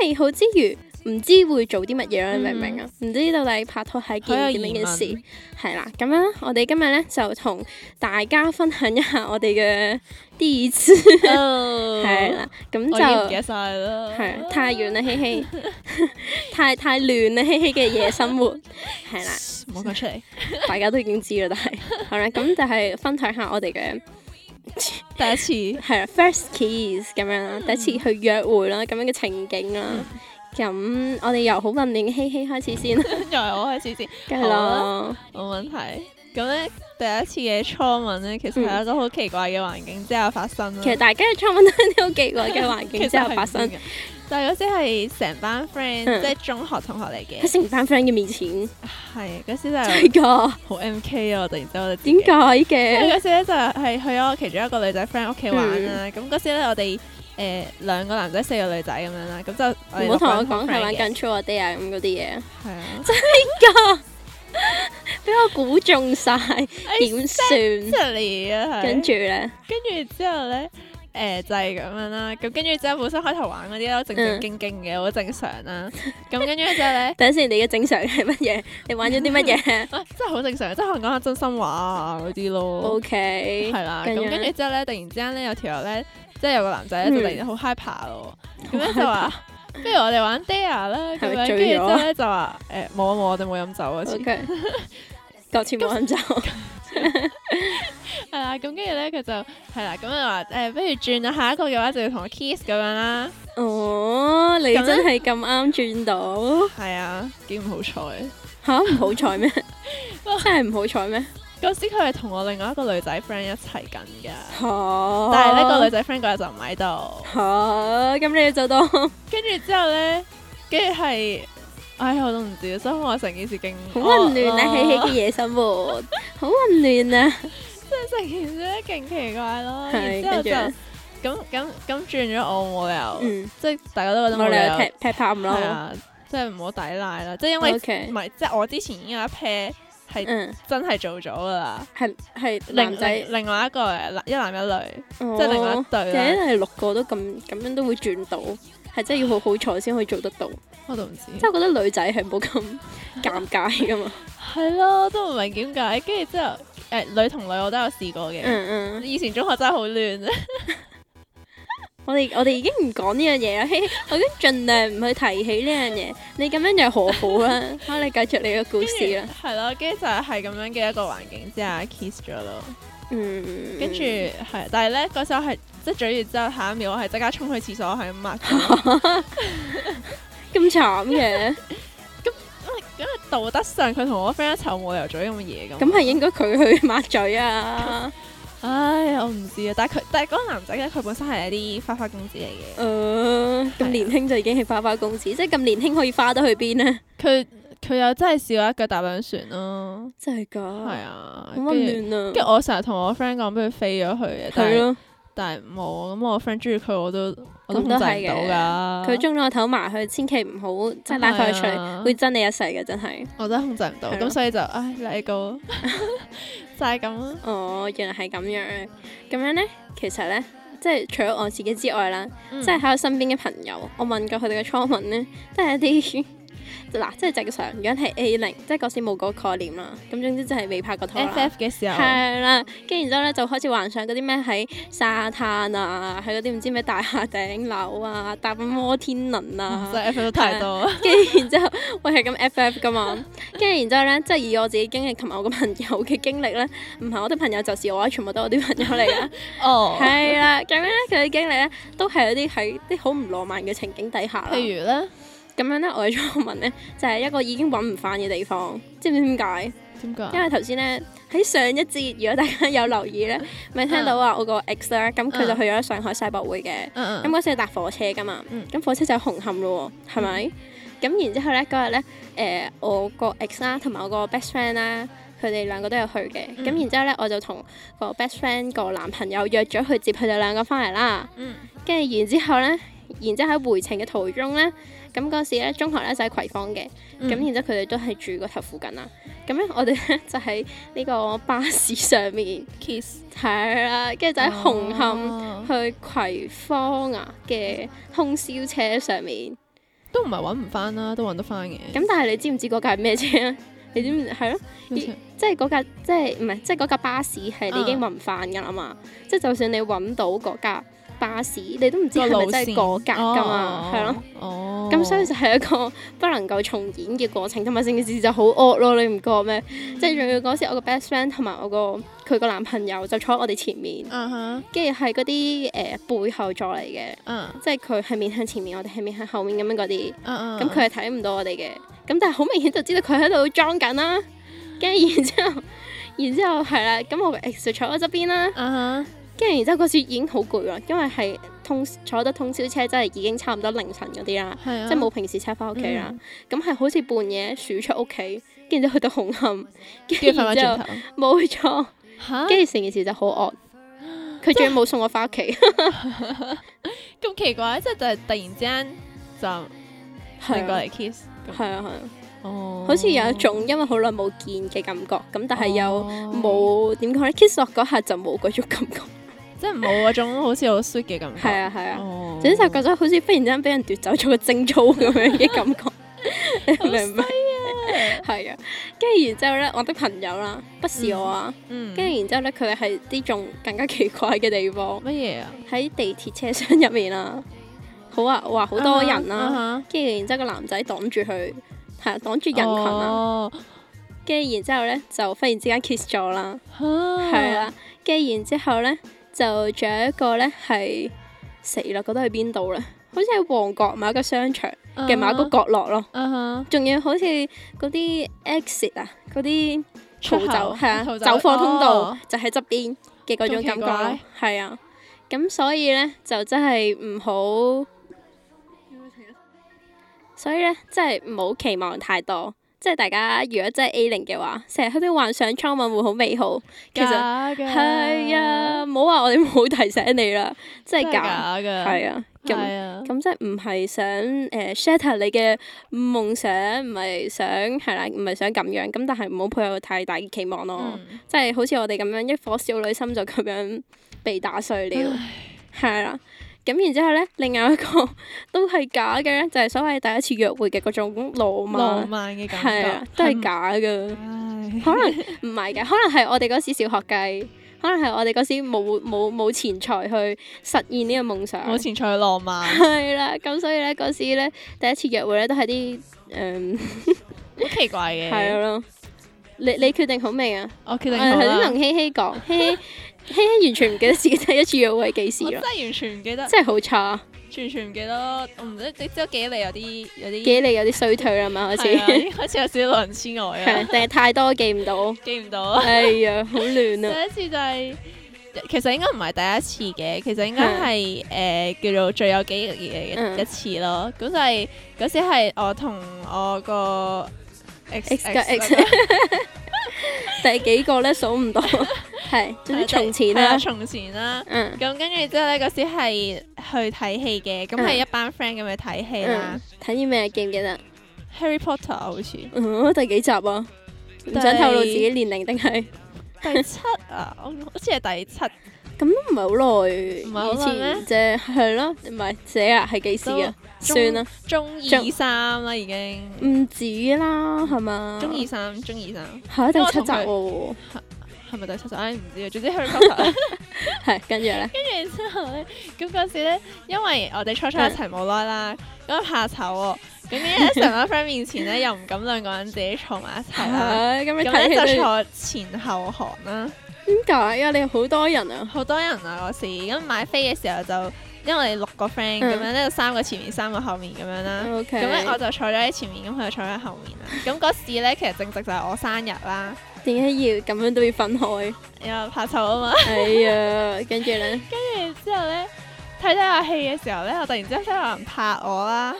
Speaker 3: 美好之餘，唔知會做啲乜嘢啦，你明唔明啊？唔知到底拍拖係
Speaker 4: 嗯好有
Speaker 3: 件點
Speaker 4: 疑
Speaker 3: 樣嘅
Speaker 4: 問
Speaker 3: 事，係啦。咁樣啦我哋今日咧就同大家分享一下我哋嘅第一次， [laughs] 係
Speaker 4: 係
Speaker 3: 啦。咁
Speaker 4: 哦我已經唔
Speaker 3: 就
Speaker 4: 記得晒啦。
Speaker 3: 係太遠啦，希希，
Speaker 4: 哦
Speaker 3: [laughs] 太太亂啦，希希嘅夜生活係
Speaker 4: [laughs]
Speaker 3: 啦，
Speaker 4: 唔好講出嚟。
Speaker 3: 大家都已經知啦，但係好啦，咁就係分享下我哋嘅。
Speaker 4: 第一次
Speaker 3: 係啦，first kiss 咁樣啦，
Speaker 4: 嗯
Speaker 3: 第一次去約會啦，咁樣嘅情景啦。咁我哋由好混亂嘅希希開始先啦，
Speaker 4: [laughs] 又係我開始先，
Speaker 3: 梗係
Speaker 4: 好啊
Speaker 3: 啦，
Speaker 4: 冇問題。咁咧，第一次嘅初吻咧，其實係一個好奇怪嘅環境之下發生啦。
Speaker 3: 嗯其實大家嘅初吻都係呢個幾個嘅環境之下發生，
Speaker 4: [laughs] 其實係唔知嘅。但係嗰時係成班 friend，、
Speaker 3: 嗯
Speaker 4: 即係中學同學嚟
Speaker 3: 喺
Speaker 4: 嘅，哦
Speaker 3: 成班 friend 嘅面前，
Speaker 4: 係嗰時就係
Speaker 3: 真係噶？
Speaker 4: 好 M K 啊！我突然之間我哋自己
Speaker 3: 點解？
Speaker 4: 因
Speaker 3: 嘅？
Speaker 4: 為嗰時咧就係去咗其中一個女仔 friend 屋企玩
Speaker 3: 嗯
Speaker 4: 啦。咁嗰、時咧我哋誒、呃、兩個男仔四個女仔咁樣啦，咁就 [laughs] 我哋
Speaker 3: 唔好同我
Speaker 4: 六個人
Speaker 3: 講係玩
Speaker 4: 好 friend 嘅，
Speaker 3: 緊 Control Day 啊咁嗰啲嘢，
Speaker 4: 係啊，
Speaker 3: 噶俾我估中晒，點
Speaker 4: 即
Speaker 3: 算？
Speaker 4: 係你哎啊，係
Speaker 3: 跟住咧，
Speaker 4: 跟住之後咧。誒、就係、咁樣啦，咁跟住之後本身開頭玩嗰啲咧正正經經嘅，好、正常
Speaker 3: [laughs]
Speaker 4: 啦。咁跟住之後咧，
Speaker 3: 等先，你嘅正常係乜嘢？你玩咗啲乜嘢
Speaker 4: 啊真係好正常，即係可能講下真心話啊嗰啲咯。
Speaker 3: ？OK，
Speaker 4: 係啦，
Speaker 3: 跟
Speaker 4: 咁
Speaker 3: 住嗯
Speaker 4: 跟
Speaker 3: 咧
Speaker 4: 住之後咧，突然之間咧有條友咧，即係有個男仔咧，就突然間好 high 爬咯，
Speaker 3: [laughs]
Speaker 4: 咁咧就話，不如我哋玩 dare 啦，
Speaker 3: 係
Speaker 4: 咁
Speaker 3: 咪
Speaker 4: 樣跟住
Speaker 3: 醉
Speaker 4: 之
Speaker 3: 咗
Speaker 4: 後咧就話，誒冇啊冇啊，我哋冇飲酒啊，
Speaker 3: O K，各自冇飲酒。
Speaker 4: 係啦，咁跟住咧佢就係啦，咁就話誒，不如轉啦，下一個嘅話就要同我 kiss 咁樣啦，
Speaker 3: 哦，你
Speaker 4: 咁樣
Speaker 3: 真係咁啱轉到
Speaker 4: 係啊，幾唔好彩，
Speaker 3: 吓，唔好彩咩？真係唔好彩咩？
Speaker 4: 嗰時佢係同我另外一個女仔 friend 一齊緊㗎，
Speaker 3: 吓，
Speaker 4: 但係呢個女仔 friend 嗰日就唔喺度。
Speaker 3: 吓，咁你就當好
Speaker 4: 跟住之後咧，跟住係，唉，我都唔知，所以我成件事勁
Speaker 3: 混亂啊！希希嘅
Speaker 4: 嘅，
Speaker 3: 夜生活好混亂啊！
Speaker 4: 真係成件事咧勁奇怪咯。
Speaker 3: 係
Speaker 4: 然之後就
Speaker 3: 跟
Speaker 4: 咁咁咁轉咗我冇理由，
Speaker 3: 嗯，
Speaker 4: 即係大家都覺
Speaker 3: 我
Speaker 4: 得冇理
Speaker 3: 哋又
Speaker 4: 由
Speaker 3: 踢，劈炮唔
Speaker 4: 係
Speaker 3: 咯。
Speaker 4: 啊，即係唔好抵賴啦。即係因為
Speaker 3: O
Speaker 4: 唔
Speaker 3: K，
Speaker 4: 係，即係我之前已經有一 pair 係
Speaker 3: 嗯，
Speaker 4: 真係做咗噶啦，
Speaker 3: 係係男
Speaker 4: 另
Speaker 3: 仔，哦
Speaker 4: 另另外一個一男一女，
Speaker 3: 即
Speaker 4: 即係另外一對啦
Speaker 3: 係六個都咁咁樣都會轉到，係真係要好好彩先可以做得到。
Speaker 4: 我都唔知。
Speaker 3: 即係我覺得女仔係冇咁尷尬
Speaker 4: [laughs]
Speaker 3: 噶嘛。
Speaker 4: 係咯，都唔明點解。跟住之後，誒女同女我都有試過嘅。
Speaker 3: 嗯嗯。
Speaker 4: 以前中學真係好亂啊！
Speaker 3: 我哋我哋已經唔講呢樣嘢啦，嘿嘿我已經盡量唔去提起呢樣嘢。你咁樣就何苦
Speaker 4: [laughs]
Speaker 3: 啦？好，你繼續你嘅故事啊啦。
Speaker 4: 係咯，跟住就係咁樣嘅一個環境之下 kiss 咗咯，
Speaker 3: 嗯，
Speaker 4: 跟住係，但係咧嗰時候係即係嘴完之後，下一秒我係即刻衝去廁所係咁
Speaker 3: [laughs]
Speaker 4: 抹咗，
Speaker 3: 咁慘
Speaker 4: [laughs]
Speaker 3: 嘅，
Speaker 4: 因為啊道德上佢同我 friend 一齊，我冇理由做啲咁嘅嘢咁。
Speaker 3: 咁係應該佢去抹嘴
Speaker 4: [laughs]
Speaker 3: 啊。
Speaker 4: 唉，我唔知啊，但係佢但係嗰個男仔咧，佢本身係一啲花花公子嚟
Speaker 3: 誒、
Speaker 4: 嘅，
Speaker 3: 呃
Speaker 4: 啊
Speaker 3: 咁年輕就已經係花花公子，即係咁年輕可以花得去邊呢？
Speaker 4: 佢佢又真係試過一腳踏兩船咯，
Speaker 3: 真係㗎，
Speaker 4: 係啊，
Speaker 3: 好
Speaker 4: 跟
Speaker 3: 温
Speaker 4: 住
Speaker 3: 暖
Speaker 4: 跟
Speaker 3: 哦啊，
Speaker 4: 住我成日同我 friend 講，俾佢飛咗去嘅，但
Speaker 3: 係
Speaker 4: 係
Speaker 3: 咯，
Speaker 4: 但係冇，咁我 friend 中意佢我都我都
Speaker 3: 咁
Speaker 4: 控
Speaker 3: 都
Speaker 4: 制唔到
Speaker 3: 係嘅
Speaker 4: 㗎，
Speaker 3: 佢中咗個頭埋去，千祈唔好即係拉翻佢出
Speaker 4: 啊係啊
Speaker 3: 嚟，會憎你一世嘅，真係。
Speaker 4: 我真係控制唔到，
Speaker 3: 係咯
Speaker 4: 咁所以就唉 let
Speaker 3: [laughs]
Speaker 4: it go，就係咁啦。
Speaker 3: 哦，原來係咁樣。咁樣呢，其實呢，即係除咗我自己之外啦，
Speaker 4: 嗯
Speaker 3: 即係喺我身邊嘅朋友，我問過佢哋嘅初吻呢，都係一啲 [laughs] 嗱，即係正常。如果係 A 零，即係嗰時冇嗰個概念啦。咁總之就係未拍過拖啦。
Speaker 4: FF 嘅時候，
Speaker 3: 係啦，跟住然之後咧就開始幻想嗰啲咩喺沙灘啊，喺嗰啲唔知咩大廈頂樓啊，搭摩天輪啊，
Speaker 4: 真係 FF 都太多。
Speaker 3: 跟住然之後，我係咁 FF 噶嘛，跟住然之後咧，即係以我自己經歷同埋我個朋友嘅經歷咧，唔係我啲朋友就是我啦，全部都係我啲朋友嚟嘅，
Speaker 4: 哦，
Speaker 3: 係啦，咁樣咧佢嘅經歷咧都係有啲喺啲好唔浪漫嘅情景底下啦。
Speaker 4: 譬如咧，
Speaker 3: 咁樣咧，我嘅作文咧就係、一個已經揾唔翻嘅地方，知唔知點解？
Speaker 4: 點解？
Speaker 3: 因為頭先咧喺上一節，如果大家有留意咧，咪聽到啊話我個 ex 啦，咁佢就去咗上海世博會嘅。
Speaker 4: 嗯
Speaker 3: 咁嗰時係搭火車噶嘛，
Speaker 4: 嗯
Speaker 3: 咁、火車就紅磡咯喎，係咪？咁然之後咧嗰日咧，誒、我個 ex 啦，同埋我個 best friend 啦，佢哋兩個都有去嘅。
Speaker 4: 嗯
Speaker 3: 咁、然之後咧，我就同個 best friend 個男朋友約咗去接佢哋兩個翻嚟啦。
Speaker 4: 嗯
Speaker 3: 跟住然之後咧，然之後喺回程嘅途中咧，咁嗰時咧中學咧就喺葵芳嘅，咁、
Speaker 4: 嗯
Speaker 3: 然之後佢哋都係住嗰頭附近啦。咁咧我哋咧就喺呢個巴士上面
Speaker 4: kiss
Speaker 3: 係啦，跟住就喺紅磡
Speaker 4: 哦
Speaker 3: 去葵芳啊嘅通宵車上面。
Speaker 4: 都唔係揾唔翻啦，都揾得翻嘅。
Speaker 3: 咁但係你知唔知嗰架係咩車啊？你知唔知係咯？
Speaker 4: 咩車
Speaker 3: 即係嗰架，即係唔係即係嗰架巴士係你已
Speaker 4: 啊
Speaker 3: 經揾唔翻㗎啦嘛。即係就算你揾到嗰架巴士，你都唔知係咪真係嗰架㗎嘛，係咯。。
Speaker 4: 哦哦，
Speaker 3: 咁所以就係一個不能夠重演嘅過程，同埋成件事就好惡咯，你唔覺咩？即係仲要嗰時我個 best friend 同埋我個佢個男朋友就坐喺我哋前面，
Speaker 4: 嗯哼，
Speaker 3: 跟住係嗰啲誒呃背後座嚟嘅，
Speaker 4: 嗯
Speaker 3: 即係佢係面向前面，我哋係面向後面咁樣嗰啲，
Speaker 4: 嗯嗯，
Speaker 3: 咁佢係睇唔到我哋嘅，咁但係好明顯就知道佢喺度裝緊啦，跟住然之後，然之後係啦，咁我個 ex 就坐我側邊啦。
Speaker 4: 嗯哼，
Speaker 3: 跟住然之後嗰時已經好攰啦，因為係通坐得通宵車，真係已經差唔多凌晨嗰啲啦，
Speaker 4: 係啊嗯
Speaker 3: 即係冇平時車翻屋企啦。咁係、好似半夜鼠出屋企，跟住就去到紅磡，
Speaker 4: 跟
Speaker 3: 跟
Speaker 4: 住
Speaker 3: 住
Speaker 4: 翻
Speaker 3: 然
Speaker 4: 返轉
Speaker 3: 之後
Speaker 4: 頭。啊
Speaker 3: 冇錯，
Speaker 4: 嚇，
Speaker 3: 跟住成件事就好惡。佢仲要冇送我翻屋
Speaker 4: [laughs]
Speaker 3: 企，
Speaker 4: 咁奇怪，即係就係突然之間就
Speaker 3: 係
Speaker 4: 過
Speaker 3: 啊
Speaker 4: 嚟 kiss。咁
Speaker 3: 係啊係啊，
Speaker 4: 哦，
Speaker 3: 好似有一種因為好耐冇見嘅感覺，咁但係又
Speaker 4: 哦
Speaker 3: 冇點講咧，kiss 落嗰下就冇嗰種感覺，
Speaker 4: 即係冇嗰種好似好 sweet 嘅感覺。
Speaker 3: 係啊係啊，
Speaker 4: 哦哦，
Speaker 3: 總之就覺得好似忽然之間俾人奪走咗個貞操咁樣嘅感覺，
Speaker 4: [laughs]
Speaker 3: 你明唔明？係啊，跟住然之後咧，我的朋友啦，不是我啊，
Speaker 4: 嗯，
Speaker 3: 跟住然之後咧，佢哋係啲仲更加奇怪嘅地方，
Speaker 4: 乜嘢啊？
Speaker 3: 喺地鐵車廂入面啦，好啊，哇，好多人啦、
Speaker 4: 啊哈
Speaker 3: 跟住然之後個男仔擋住佢，係啊，擋住人群啦，
Speaker 4: 哦，
Speaker 3: 跟住然之後咧就忽然之間 kiss 咗啦，
Speaker 4: 嚇
Speaker 3: 係
Speaker 4: 啊
Speaker 3: 啦、跟住然之後咧就仲有一個咧係死啦，覺得去邊度咧？好似喺旺角某一個商場嘅某一個角落咯。
Speaker 4: 啊哈，
Speaker 3: 仲要好似嗰啲 exit 啊，嗰啲逃
Speaker 4: 出
Speaker 3: 走
Speaker 4: 口
Speaker 3: 係啊，
Speaker 4: [laughs] 逃走
Speaker 3: 走火通道、
Speaker 4: 哦
Speaker 3: 就喺側邊嘅嗰種感覺
Speaker 4: 咁
Speaker 3: 咯
Speaker 4: 奇，
Speaker 3: 係啊。咁所以咧就真係唔好，所以咧真係唔好期望太多。即係大家如果真係 A 零嘅話，成日喺度幻想初吻會好美好，其實
Speaker 4: 假㗎
Speaker 3: 係，啊，唔好話我哋冇提醒你
Speaker 4: [laughs]
Speaker 3: 啦，真
Speaker 4: 真
Speaker 3: 係
Speaker 4: 係
Speaker 3: 假，
Speaker 4: 假㗎，
Speaker 3: 係啊，咁。
Speaker 4: 係啊，
Speaker 3: 咁即係唔係想誒、呃 shatter 你嘅夢想，唔係想係啦，唔係想咁樣。咁但係唔好抱有太大嘅期望咯，
Speaker 4: 嗯
Speaker 3: 即係好似我哋咁樣一顆少女心就咁樣被打碎了，係啦。咁然之後咧，另外一個 [laughs] 都係假嘅咧，就係、所謂第一次約會嘅嗰種浪漫，
Speaker 4: 浪漫嘅感
Speaker 3: 係啊
Speaker 4: 覺，，
Speaker 3: 都係假嘅。
Speaker 4: 唉。
Speaker 3: 可能 [laughs] 唔係嘅，可能係我哋嗰時小學雞，可能係我哋嗰時冇冇冇錢財去實現呢個夢想。
Speaker 4: 冇錢財浪漫，
Speaker 3: 係啦，咁所以咧嗰時咧第一次約會咧都係啲誒
Speaker 4: 好奇怪嘅。
Speaker 3: 係咯。你你決定好未啊？
Speaker 4: 我決
Speaker 3: 我
Speaker 4: 定好
Speaker 3: 頭先
Speaker 4: 啦。
Speaker 3: 同希希講，
Speaker 4: [laughs]
Speaker 3: 希希希希完全唔記得自己第一次約會係幾
Speaker 4: 我
Speaker 3: 時
Speaker 4: 真
Speaker 3: 啦，
Speaker 4: [laughs] 係完全唔記得，
Speaker 3: 真係好
Speaker 4: [laughs]
Speaker 3: 差，
Speaker 4: 完全唔記得。我唔知你知咗幾嚟有啲有啲
Speaker 3: 記憶力有啲衰退啦嘛，好似
Speaker 4: 係啊已經開始有少少老人痴呆
Speaker 3: 係
Speaker 4: 啊，
Speaker 3: 定係太多記唔
Speaker 4: [laughs]
Speaker 3: 到？
Speaker 4: 記唔到。啊
Speaker 3: 哎呀，好亂
Speaker 4: [laughs]
Speaker 3: 啊！
Speaker 4: 第一次就係、其實應該唔係第一次嘅，其實應該係誒、呃叫做最有記憶嘅
Speaker 3: 嗯
Speaker 4: 一一次咯。咁就係嗰時係我同我個 ex
Speaker 3: X 加 X
Speaker 4: 啦 [laughs]
Speaker 3: 第幾個咧數唔到，係總之從前
Speaker 4: 係
Speaker 3: 啦
Speaker 4: 啊，從前啦。
Speaker 3: 嗯
Speaker 4: 咁跟住之後咧，嗰時係去睇戲嘅，咁係一班 friend 咁去睇戲啦
Speaker 3: 嗯。，睇啲咩記唔記得？
Speaker 4: Harry Potter 啊好似
Speaker 3: 嗯，第幾集啊？唔想透露自己年齡定係？
Speaker 4: 第七啊，我好似係第七
Speaker 3: 咁都唔係好耐
Speaker 4: 唔係好耐咩
Speaker 3: à, 以前啫，係咯，唔係寫啊，係幾時啊？
Speaker 4: 中
Speaker 3: 算啦，
Speaker 4: 中二三啦已經，
Speaker 3: 唔止啦，係嘛？
Speaker 4: 中二三，中二三，
Speaker 3: 係第
Speaker 4: 因為我
Speaker 3: 七
Speaker 4: 同
Speaker 3: 集
Speaker 4: 佢
Speaker 3: 喎，
Speaker 4: 係咪第七集？唉，唔知啊，總之
Speaker 3: [laughs]
Speaker 4: Harry Potter
Speaker 3: 係跟住咧，
Speaker 4: 跟住之後咧，咁嗰時咧，因為我哋初初一齊冇耐啦，咁怕醜喎，咁喺成班 friend
Speaker 3: [laughs]
Speaker 4: 面前咧，又唔敢兩個人自己坐埋一齊啦，
Speaker 3: 係咁你
Speaker 4: 咁
Speaker 3: 啊睇
Speaker 4: 咧
Speaker 3: 戲
Speaker 4: 就
Speaker 3: 都
Speaker 4: 坐前後行啦，
Speaker 3: 點解啊？你好多人啊，
Speaker 4: 好多人啊嗰時，咁買飛嘅時候就因為我哋六個 friend
Speaker 3: 嗯
Speaker 4: 咁樣咧，有三個前面，三個後面咁樣啦。
Speaker 3: OK，
Speaker 4: 咁咧我就坐咗喺前面，咁佢就坐咗喺後 [laughs] 面啦。咁嗰時咧，其實正值就係我生日啦，
Speaker 3: 點解要咁樣都要分開？
Speaker 4: 因為怕醜啊嘛。
Speaker 3: 哎呀，跟住咧，
Speaker 4: [laughs] 跟住之後咧，睇睇下戲嘅時候咧，我突然之間聽到有人拍我啦。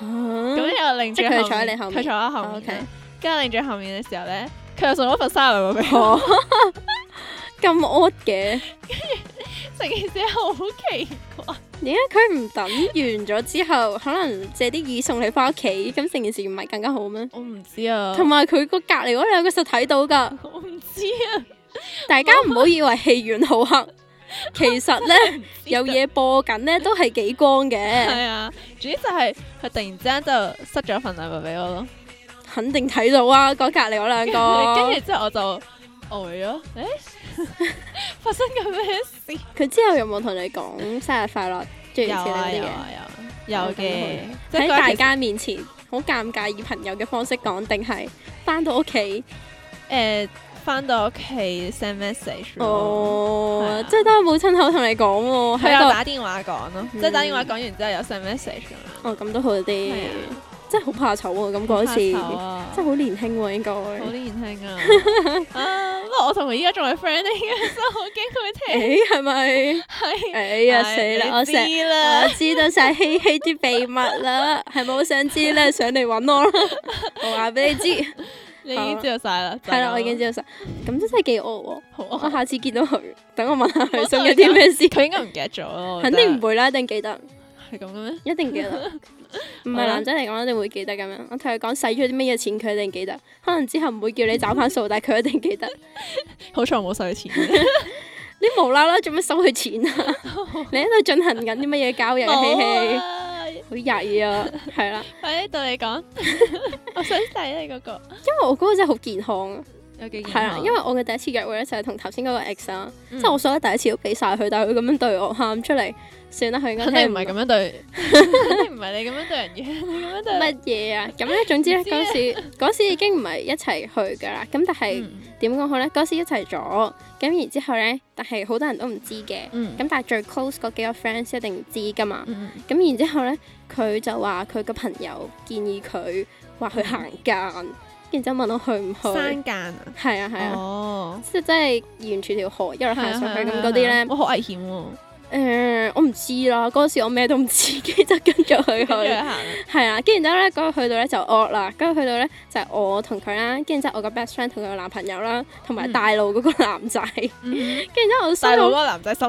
Speaker 3: 咁
Speaker 4: 咁又擰住
Speaker 3: 即係佢坐喺你後面
Speaker 4: 嗯佢坐喺後
Speaker 3: 哦
Speaker 4: 面
Speaker 3: ，OK
Speaker 4: 啦。跟住擰住後面嘅時候咧，佢又送咗份生日禮物俾 [laughs] 我。
Speaker 3: 咁惡嘅，
Speaker 4: 成件事好奇怪，
Speaker 3: 點解佢唔等完咗之後，可能借啲意送你翻屋企，咁成件事唔係更加好咩？
Speaker 4: 我唔知啊
Speaker 3: 同埋佢個隔離嗰兩個實睇到㗎，
Speaker 4: 我唔知啊，
Speaker 3: 大家唔好以為戲院好黑，其實
Speaker 4: [laughs]
Speaker 3: 呢，
Speaker 4: 啊
Speaker 3: 有嘢播緊呢都係幾光嘅，
Speaker 4: 係啊，主要就係佢突然之間就塞咗份禮物俾我咯。
Speaker 3: 肯定睇到啊！嗰隔離嗰
Speaker 4: [laughs]
Speaker 3: 兩個，
Speaker 4: 跟住之後我就呆咗，誒， [laughs] 發生緊咩事？
Speaker 3: 佢之後有冇同你講生日快樂，諸如
Speaker 4: 有
Speaker 3: 此類
Speaker 4: 啊
Speaker 3: 嗰啲
Speaker 4: 有
Speaker 3: 嘢？
Speaker 4: 啊有啊有
Speaker 3: 哦咁都好
Speaker 4: 嘅
Speaker 3: 嘅，
Speaker 4: 即係
Speaker 3: 喺
Speaker 4: 嗰日
Speaker 3: 大
Speaker 4: 其實
Speaker 3: 家面前好尷尬，以朋友嘅方式講，定係翻到屋企
Speaker 4: 誒翻到屋企 send message 咯。哦係
Speaker 3: 哦
Speaker 4: 啊，
Speaker 3: 即係都係冇親口同你講喎，
Speaker 4: 佢
Speaker 3: 喺
Speaker 4: 有
Speaker 3: 度
Speaker 4: 打電話講咯，
Speaker 3: 嗯
Speaker 4: 即係打電話講完之後有 send message 咁樣。
Speaker 3: 哦咁都好啲
Speaker 4: 係啊，
Speaker 3: 真係好怕醜喎！咁嗰時
Speaker 4: 拍手啊
Speaker 3: 真係好年輕喎，應該
Speaker 4: 好年
Speaker 3: [laughs]
Speaker 4: 輕啊！啊，不過我同佢依家仲係 friend 嚟嘅，所以我好驚佢聽。
Speaker 3: 誒 [laughs] 係咪？
Speaker 4: 係，
Speaker 3: 哎呀
Speaker 4: 唉
Speaker 3: 死啦！我
Speaker 4: 你
Speaker 3: 成
Speaker 4: 知啦
Speaker 3: 我知道晒希希啲秘密啦，係咪好想知
Speaker 4: [laughs]
Speaker 3: 咧？上嚟揾我啦，我話俾你知。
Speaker 4: 你已經知道晒啦。
Speaker 3: 係啦，我已經知道晒。咁真係幾惡喎！
Speaker 4: 好
Speaker 3: 我
Speaker 4: 啊，
Speaker 3: 下次見到佢，等我問下
Speaker 4: 唔
Speaker 3: 佢
Speaker 4: 好
Speaker 3: 送
Speaker 4: 同
Speaker 3: 咗
Speaker 4: 佢
Speaker 3: 啲咩事。
Speaker 4: 佢應該唔記得咗咯。
Speaker 3: 肯定唔會啦，一定記得，
Speaker 4: 會係咁嘅咩？
Speaker 3: 一定記
Speaker 4: [laughs]
Speaker 3: 得。唔係
Speaker 4: 好啦啊
Speaker 3: 男仔嚟講，一定會記得咁樣。我同佢講使咗啲乜嘢錢，佢一定記得。可能之後唔會叫你找翻數，但係佢一定記得。
Speaker 4: 好彩我冇使 [laughs] 錢，
Speaker 3: 你無啦啦做乜收佢錢
Speaker 4: [laughs]
Speaker 3: 啊？你喺度進行緊啲乜嘢交易啊？希
Speaker 4: 冇
Speaker 3: 希，
Speaker 4: 啊！
Speaker 3: 好曳啊！係
Speaker 4: [laughs]
Speaker 3: 啦，
Speaker 4: 快啲到
Speaker 3: [laughs]
Speaker 4: 你講，我想睇你嗰個
Speaker 3: 因為我嗰個真係好健康啊。
Speaker 4: 有幾
Speaker 3: 係啦，因
Speaker 4: 為
Speaker 3: 為我嘅第一次約會咧就係同頭先嗰個 ex 啦，
Speaker 4: 嗯
Speaker 3: 即係我所有第一次都俾晒佢，但係佢咁樣對我喊出嚟，算啦，佢應該
Speaker 4: 肯定
Speaker 3: 聽
Speaker 4: 唔係
Speaker 3: 到
Speaker 4: 咁樣對，肯定唔係你咁樣
Speaker 3: [laughs]
Speaker 4: 對人嘅，你咁樣對
Speaker 3: 乜嘢啊？咁
Speaker 4: [laughs]
Speaker 3: 咧，總之咧
Speaker 4: 唔知啊
Speaker 3: 嗰時嗰時已經唔係一齊去噶啦，咁但係
Speaker 4: 嗯
Speaker 3: 點講好咧？嗰時一齊咗，咁然之後咧，但係好多人都唔知嘅，咁、
Speaker 4: 嗯
Speaker 3: 但係最 close 嗰幾個 friends 一定知噶嘛。
Speaker 4: 嗯
Speaker 3: 咁、然之後咧，佢就話佢個朋友建議佢話去行間，然之後問我去唔去？
Speaker 4: 山間啊，
Speaker 3: 係啊係啊，
Speaker 4: 哦，
Speaker 3: 即係真係沿住條河一路行上去
Speaker 4: 係啊係
Speaker 3: 咁
Speaker 4: 啊
Speaker 3: 嗰啲
Speaker 4: 係啊
Speaker 3: 咧
Speaker 4: 啊。哇好危險喎，
Speaker 3: 誒、我唔知啦，嗰時我咩都唔知，跟住就跟咗佢
Speaker 4: 跟住
Speaker 3: 去。
Speaker 4: 行啊。
Speaker 3: 係啦，跟住之後咧，嗰日去到咧就惡啦，跟住去到咧就係我同佢啦，跟住之後我個 best friend 同佢個男朋友啦，同埋
Speaker 4: 嗯
Speaker 3: 大路嗰個男仔， [laughs] 跟住
Speaker 4: 嗯
Speaker 3: 之後我心
Speaker 4: 大佬
Speaker 3: 諗，
Speaker 4: 嗰個男仔心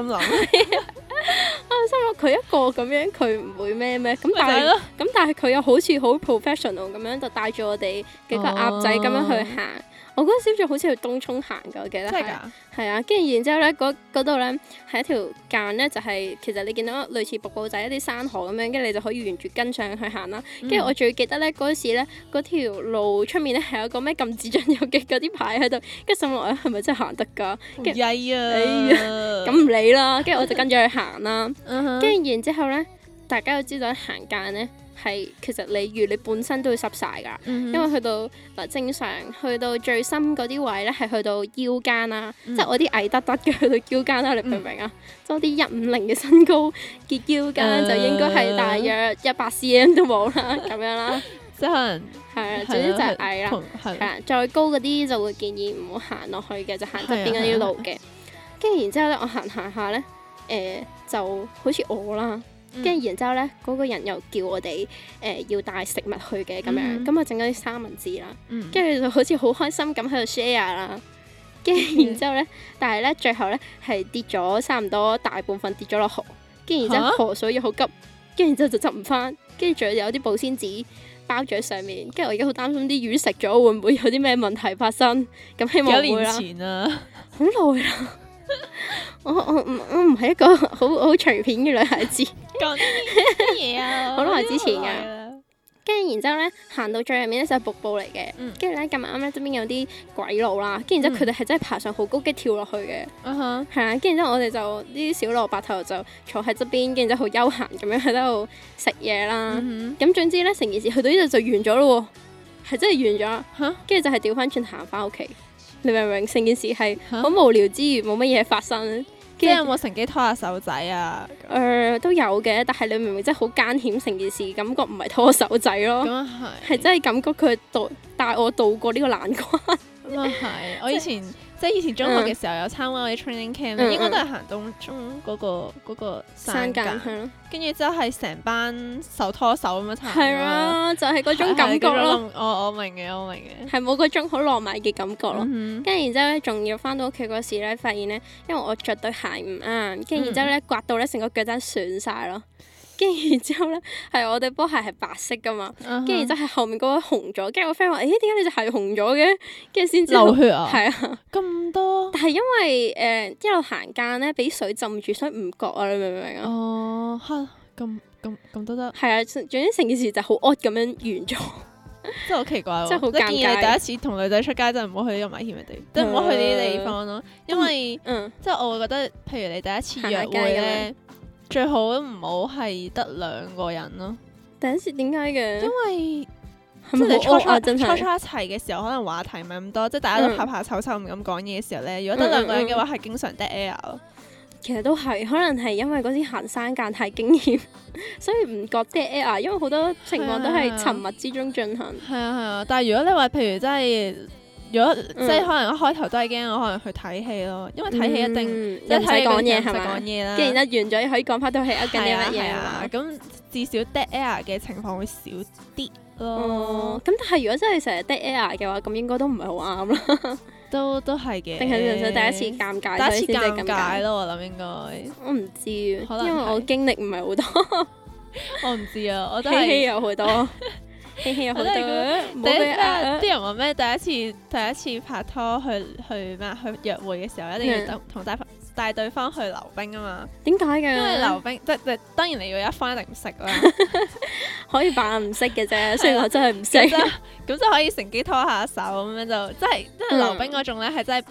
Speaker 3: 我心
Speaker 4: 諗，
Speaker 3: 諗佢一個咁樣，佢唔會咩咩，咁
Speaker 4: 咪
Speaker 3: 但
Speaker 4: 就
Speaker 3: [laughs]
Speaker 4: 係
Speaker 3: 係
Speaker 4: 咯，
Speaker 3: 咁但係佢又好似好 professional 咁樣，就帶住我哋幾個
Speaker 4: 哦
Speaker 3: 鴨仔咁樣去行。我嗰陣時仲好似去東涌行㗎，我記得係
Speaker 4: 真係㗎，
Speaker 3: 係啊，跟住然之後咧，嗰嗰度咧係一條間咧，就係、其實你見到類似瀑布仔一啲山河咁樣，跟住你就可以沿住跟上去行啦。
Speaker 4: 嗯
Speaker 3: 跟住、我最記得咧嗰時咧，嗰條路出面咧係有個咩禁止進入嘅嗰啲牌喺度，跟住心諗啊係咪真係行得㗎？跟住
Speaker 4: 曳啊，
Speaker 3: 哎咁唔理啦，跟住我就跟咗去行啦。
Speaker 4: 咁
Speaker 3: 跟住然之後咧，大家都知道行間咧係其實你預你本身都要濕晒㗎。
Speaker 4: 因
Speaker 3: 因為去到嗱正常，去到最深嗰啲位咧，係去到腰間啦，
Speaker 4: 嗯
Speaker 3: 即係我啲矮得得嘅去到腰間啦，你明唔明啊？即係我啲一五零嘅身高嘅腰間就應該係大約一百 cm 都冇啦，咁樣啦，
Speaker 4: 即係可能
Speaker 3: 係啊，
Speaker 4: 係
Speaker 3: 總之就係
Speaker 4: 啦
Speaker 3: 矮啦，
Speaker 4: 同係
Speaker 3: 係啦，再高嗰啲就會建議唔好行落去嘅，就行側邊嗰
Speaker 4: 係
Speaker 3: 啲
Speaker 4: 啊係啊
Speaker 3: 路嘅。跟住然之後咧，我行行下咧，誒、就好似我啦。
Speaker 4: 嗯
Speaker 3: 跟住然之後咧，嗰、個人又叫我哋誒、要帶食物去嘅咁樣，
Speaker 4: 嗯
Speaker 3: 咁我整咗啲三文治啦。
Speaker 4: 嗯
Speaker 3: 跟住就好似好開心咁喺度 share 啦。跟住然之後咧，但係咧最後咧係跌咗差唔多大部分跌咗落河，跟住然之後
Speaker 4: 嚇
Speaker 3: 河水又好急，跟住然之後就執唔翻，跟住仲有啲保鮮紙包咗喺上面，跟住我而家好擔心啲魚食咗會唔會有啲咩問題發生，咁希
Speaker 4: 幾
Speaker 3: 望
Speaker 4: 多
Speaker 3: 唔會
Speaker 4: 年
Speaker 3: 啦，
Speaker 4: 前啊，
Speaker 3: 好耐啦。 [laughs] 我我唔我唔係一個好好隨便嘅女孩子，
Speaker 4: [laughs] 講啲乜嘢啊？
Speaker 3: 好耐之前㗎
Speaker 4: 㗎，
Speaker 3: 然之後咧行到最入面咧就係瀑布嚟嘅
Speaker 4: 嗯，
Speaker 3: 跟住咧咁啱咧側邊有啲鬼佬啦，跟住然之後佢哋係真係爬上好高跟住跳落去嘅，
Speaker 4: 嗯哼，
Speaker 3: 係啊，跟住之後我哋就呢啲小蘿蔔頭就坐喺側邊，跟住之後好悠閒咁樣喺度食嘢啦。
Speaker 4: 嗯
Speaker 3: 咁總之咧，成件事去到呢度就完咗咯喎，係真係完咗啦。
Speaker 4: 哼
Speaker 3: 跟住就係調翻轉行翻屋企，你明唔明？成件事係
Speaker 4: 嚇
Speaker 3: 好無聊之餘冇乜嘢發生。
Speaker 4: 即係
Speaker 3: 跟
Speaker 4: 有
Speaker 3: 住
Speaker 4: 冇乘機拖下手仔啊？
Speaker 3: 誒、都有嘅，但係你明唔明真係好艱險？成件事感覺唔係拖手仔
Speaker 4: 咁
Speaker 3: 咯，
Speaker 4: 啊係。
Speaker 3: 係真係感覺佢度帶我渡過呢個難
Speaker 4: [laughs]
Speaker 3: 關。
Speaker 4: 咁啊
Speaker 3: [laughs]
Speaker 4: 係，我以前即係以前中學嘅時候有參加我啲 training camp，咧
Speaker 3: 嗯
Speaker 4: 應該都係行東中嗰個嗰個山間，
Speaker 3: 係咯，
Speaker 4: 跟住之後係成班手拖手咁樣行
Speaker 3: 係
Speaker 4: 咯，
Speaker 3: 啊，就係嗰種感覺咯，
Speaker 4: 係。係嗰種哦我我明嘅，我明嘅。
Speaker 3: 係冇嗰種好浪漫嘅感覺咯。
Speaker 4: 嗯
Speaker 3: 跟住然之後咧，仲要翻到屋企嗰時咧，發現咧，因為我着對鞋唔啱，跟住然之後咧，刮到咧成個腳踭損晒咯。 [laughs] 跟住然之後咧，係我對波鞋係白色噶嘛，
Speaker 4: 嗯哼
Speaker 3: 跟住然之後係後面嗰個紅咗，跟住我 friend 話：，誒點解你隻鞋紅咗嘅？跟住先知道
Speaker 4: 流血啊，
Speaker 3: 係啊，
Speaker 4: 咁多
Speaker 3: 但係因為誒、呃一路行間咧，俾水浸住，所以唔覺啊，你明唔明啊？
Speaker 4: 哦，嚇咁咁咁都得，
Speaker 3: 係啊，總之成件事就好 odd 咁樣完
Speaker 4: [laughs]
Speaker 3: 咗。
Speaker 4: 真係好奇怪
Speaker 3: [laughs]
Speaker 4: 喎！
Speaker 3: 真係好
Speaker 4: 即係建議
Speaker 3: 尷尬
Speaker 4: 你第一次同女仔出街，真係唔好去呢個危險嘅地，即係唔好去呢啲地方咯，因為。
Speaker 3: 嗯，
Speaker 4: 即係我會覺得，譬如你第一次
Speaker 3: 行
Speaker 4: 約
Speaker 3: 下街
Speaker 4: 會咧，最好唔好係得兩個人咯，
Speaker 3: 第一次點解
Speaker 4: 因
Speaker 3: 嘅？嗯
Speaker 4: 為
Speaker 3: 係
Speaker 4: 即係
Speaker 3: 咪
Speaker 4: 你
Speaker 3: 好
Speaker 4: 初
Speaker 3: odd 啊？
Speaker 4: 初
Speaker 3: 真
Speaker 4: 初初一
Speaker 3: 係
Speaker 4: 齊嘅時候，可能話題唔係咁多，即係大家都
Speaker 3: 嗯
Speaker 4: 怕怕醜醜唔敢講嘢嘅時候咧，如果得兩個人嘅話，係經常 dead air 咯。
Speaker 3: 其實都係，可能係因為嗰啲行山間太驚險， [laughs] 所以唔覺得 air，因為啊好多情況都係沉默之中進行。
Speaker 4: 係啊係啊，但係如果你話譬如真係，如果
Speaker 3: 嗯
Speaker 4: 即係可能一開頭都係驚，我可能去睇戲咯，因為睇戲一定
Speaker 3: 嗯
Speaker 4: 即
Speaker 3: 又
Speaker 4: 係
Speaker 3: 唔使
Speaker 4: 睇戲嗰
Speaker 3: 講
Speaker 4: 啲
Speaker 3: 嘢
Speaker 4: 人
Speaker 3: 係
Speaker 4: 唔使
Speaker 3: 嘛
Speaker 4: 講？嘢啦。
Speaker 3: 既然一完咗，又可以講翻套戲噏緊
Speaker 4: 係
Speaker 3: 啲
Speaker 4: 啊
Speaker 3: 乜嘢
Speaker 4: 係
Speaker 3: 啊
Speaker 4: 啊，
Speaker 3: 嘛？
Speaker 4: 咁至少 dead air 嘅情況會少啲咯
Speaker 3: 哦，。咁但係如果真係成日 dead air 啊嘅話，咁應該都唔係好啱啦。
Speaker 4: 都都係嘅，
Speaker 3: [laughs] 定係純粹第一次尷尬，所
Speaker 4: 第
Speaker 3: 以
Speaker 4: 一次
Speaker 3: 先至
Speaker 4: 尷
Speaker 3: 尷
Speaker 4: 尬
Speaker 3: 尬？
Speaker 4: 咯，我諗應該，
Speaker 3: 我唔知
Speaker 4: 可
Speaker 3: 啊，
Speaker 4: 能係
Speaker 3: 因為我經歷唔係好多，
Speaker 4: 我唔知啊，我都
Speaker 3: 希希
Speaker 4: 係。
Speaker 3: 有好
Speaker 4: [laughs]
Speaker 3: 多，希希有好多，
Speaker 4: 我都係咁
Speaker 3: 唔好
Speaker 4: 第一
Speaker 3: 俾
Speaker 4: 咩
Speaker 3: 呃
Speaker 4: 啲人話咩？第一次第一次拍拖去去咩啊去約會嘅時候，一
Speaker 3: 嗯
Speaker 4: 定要同同帶帶對方去溜冰啊嘛，
Speaker 3: 點解
Speaker 4: 因為溜
Speaker 3: 嘅？
Speaker 4: 冰即即當然你要有一方一定唔識
Speaker 3: [laughs]
Speaker 4: 啦，
Speaker 3: 可以扮唔識嘅啫，雖然我真係唔
Speaker 4: [laughs] 咁
Speaker 3: 識。
Speaker 4: 就咁就可以乘機拖下手咁樣就即係即係
Speaker 3: 嗯
Speaker 4: 溜冰嗰種咧係真係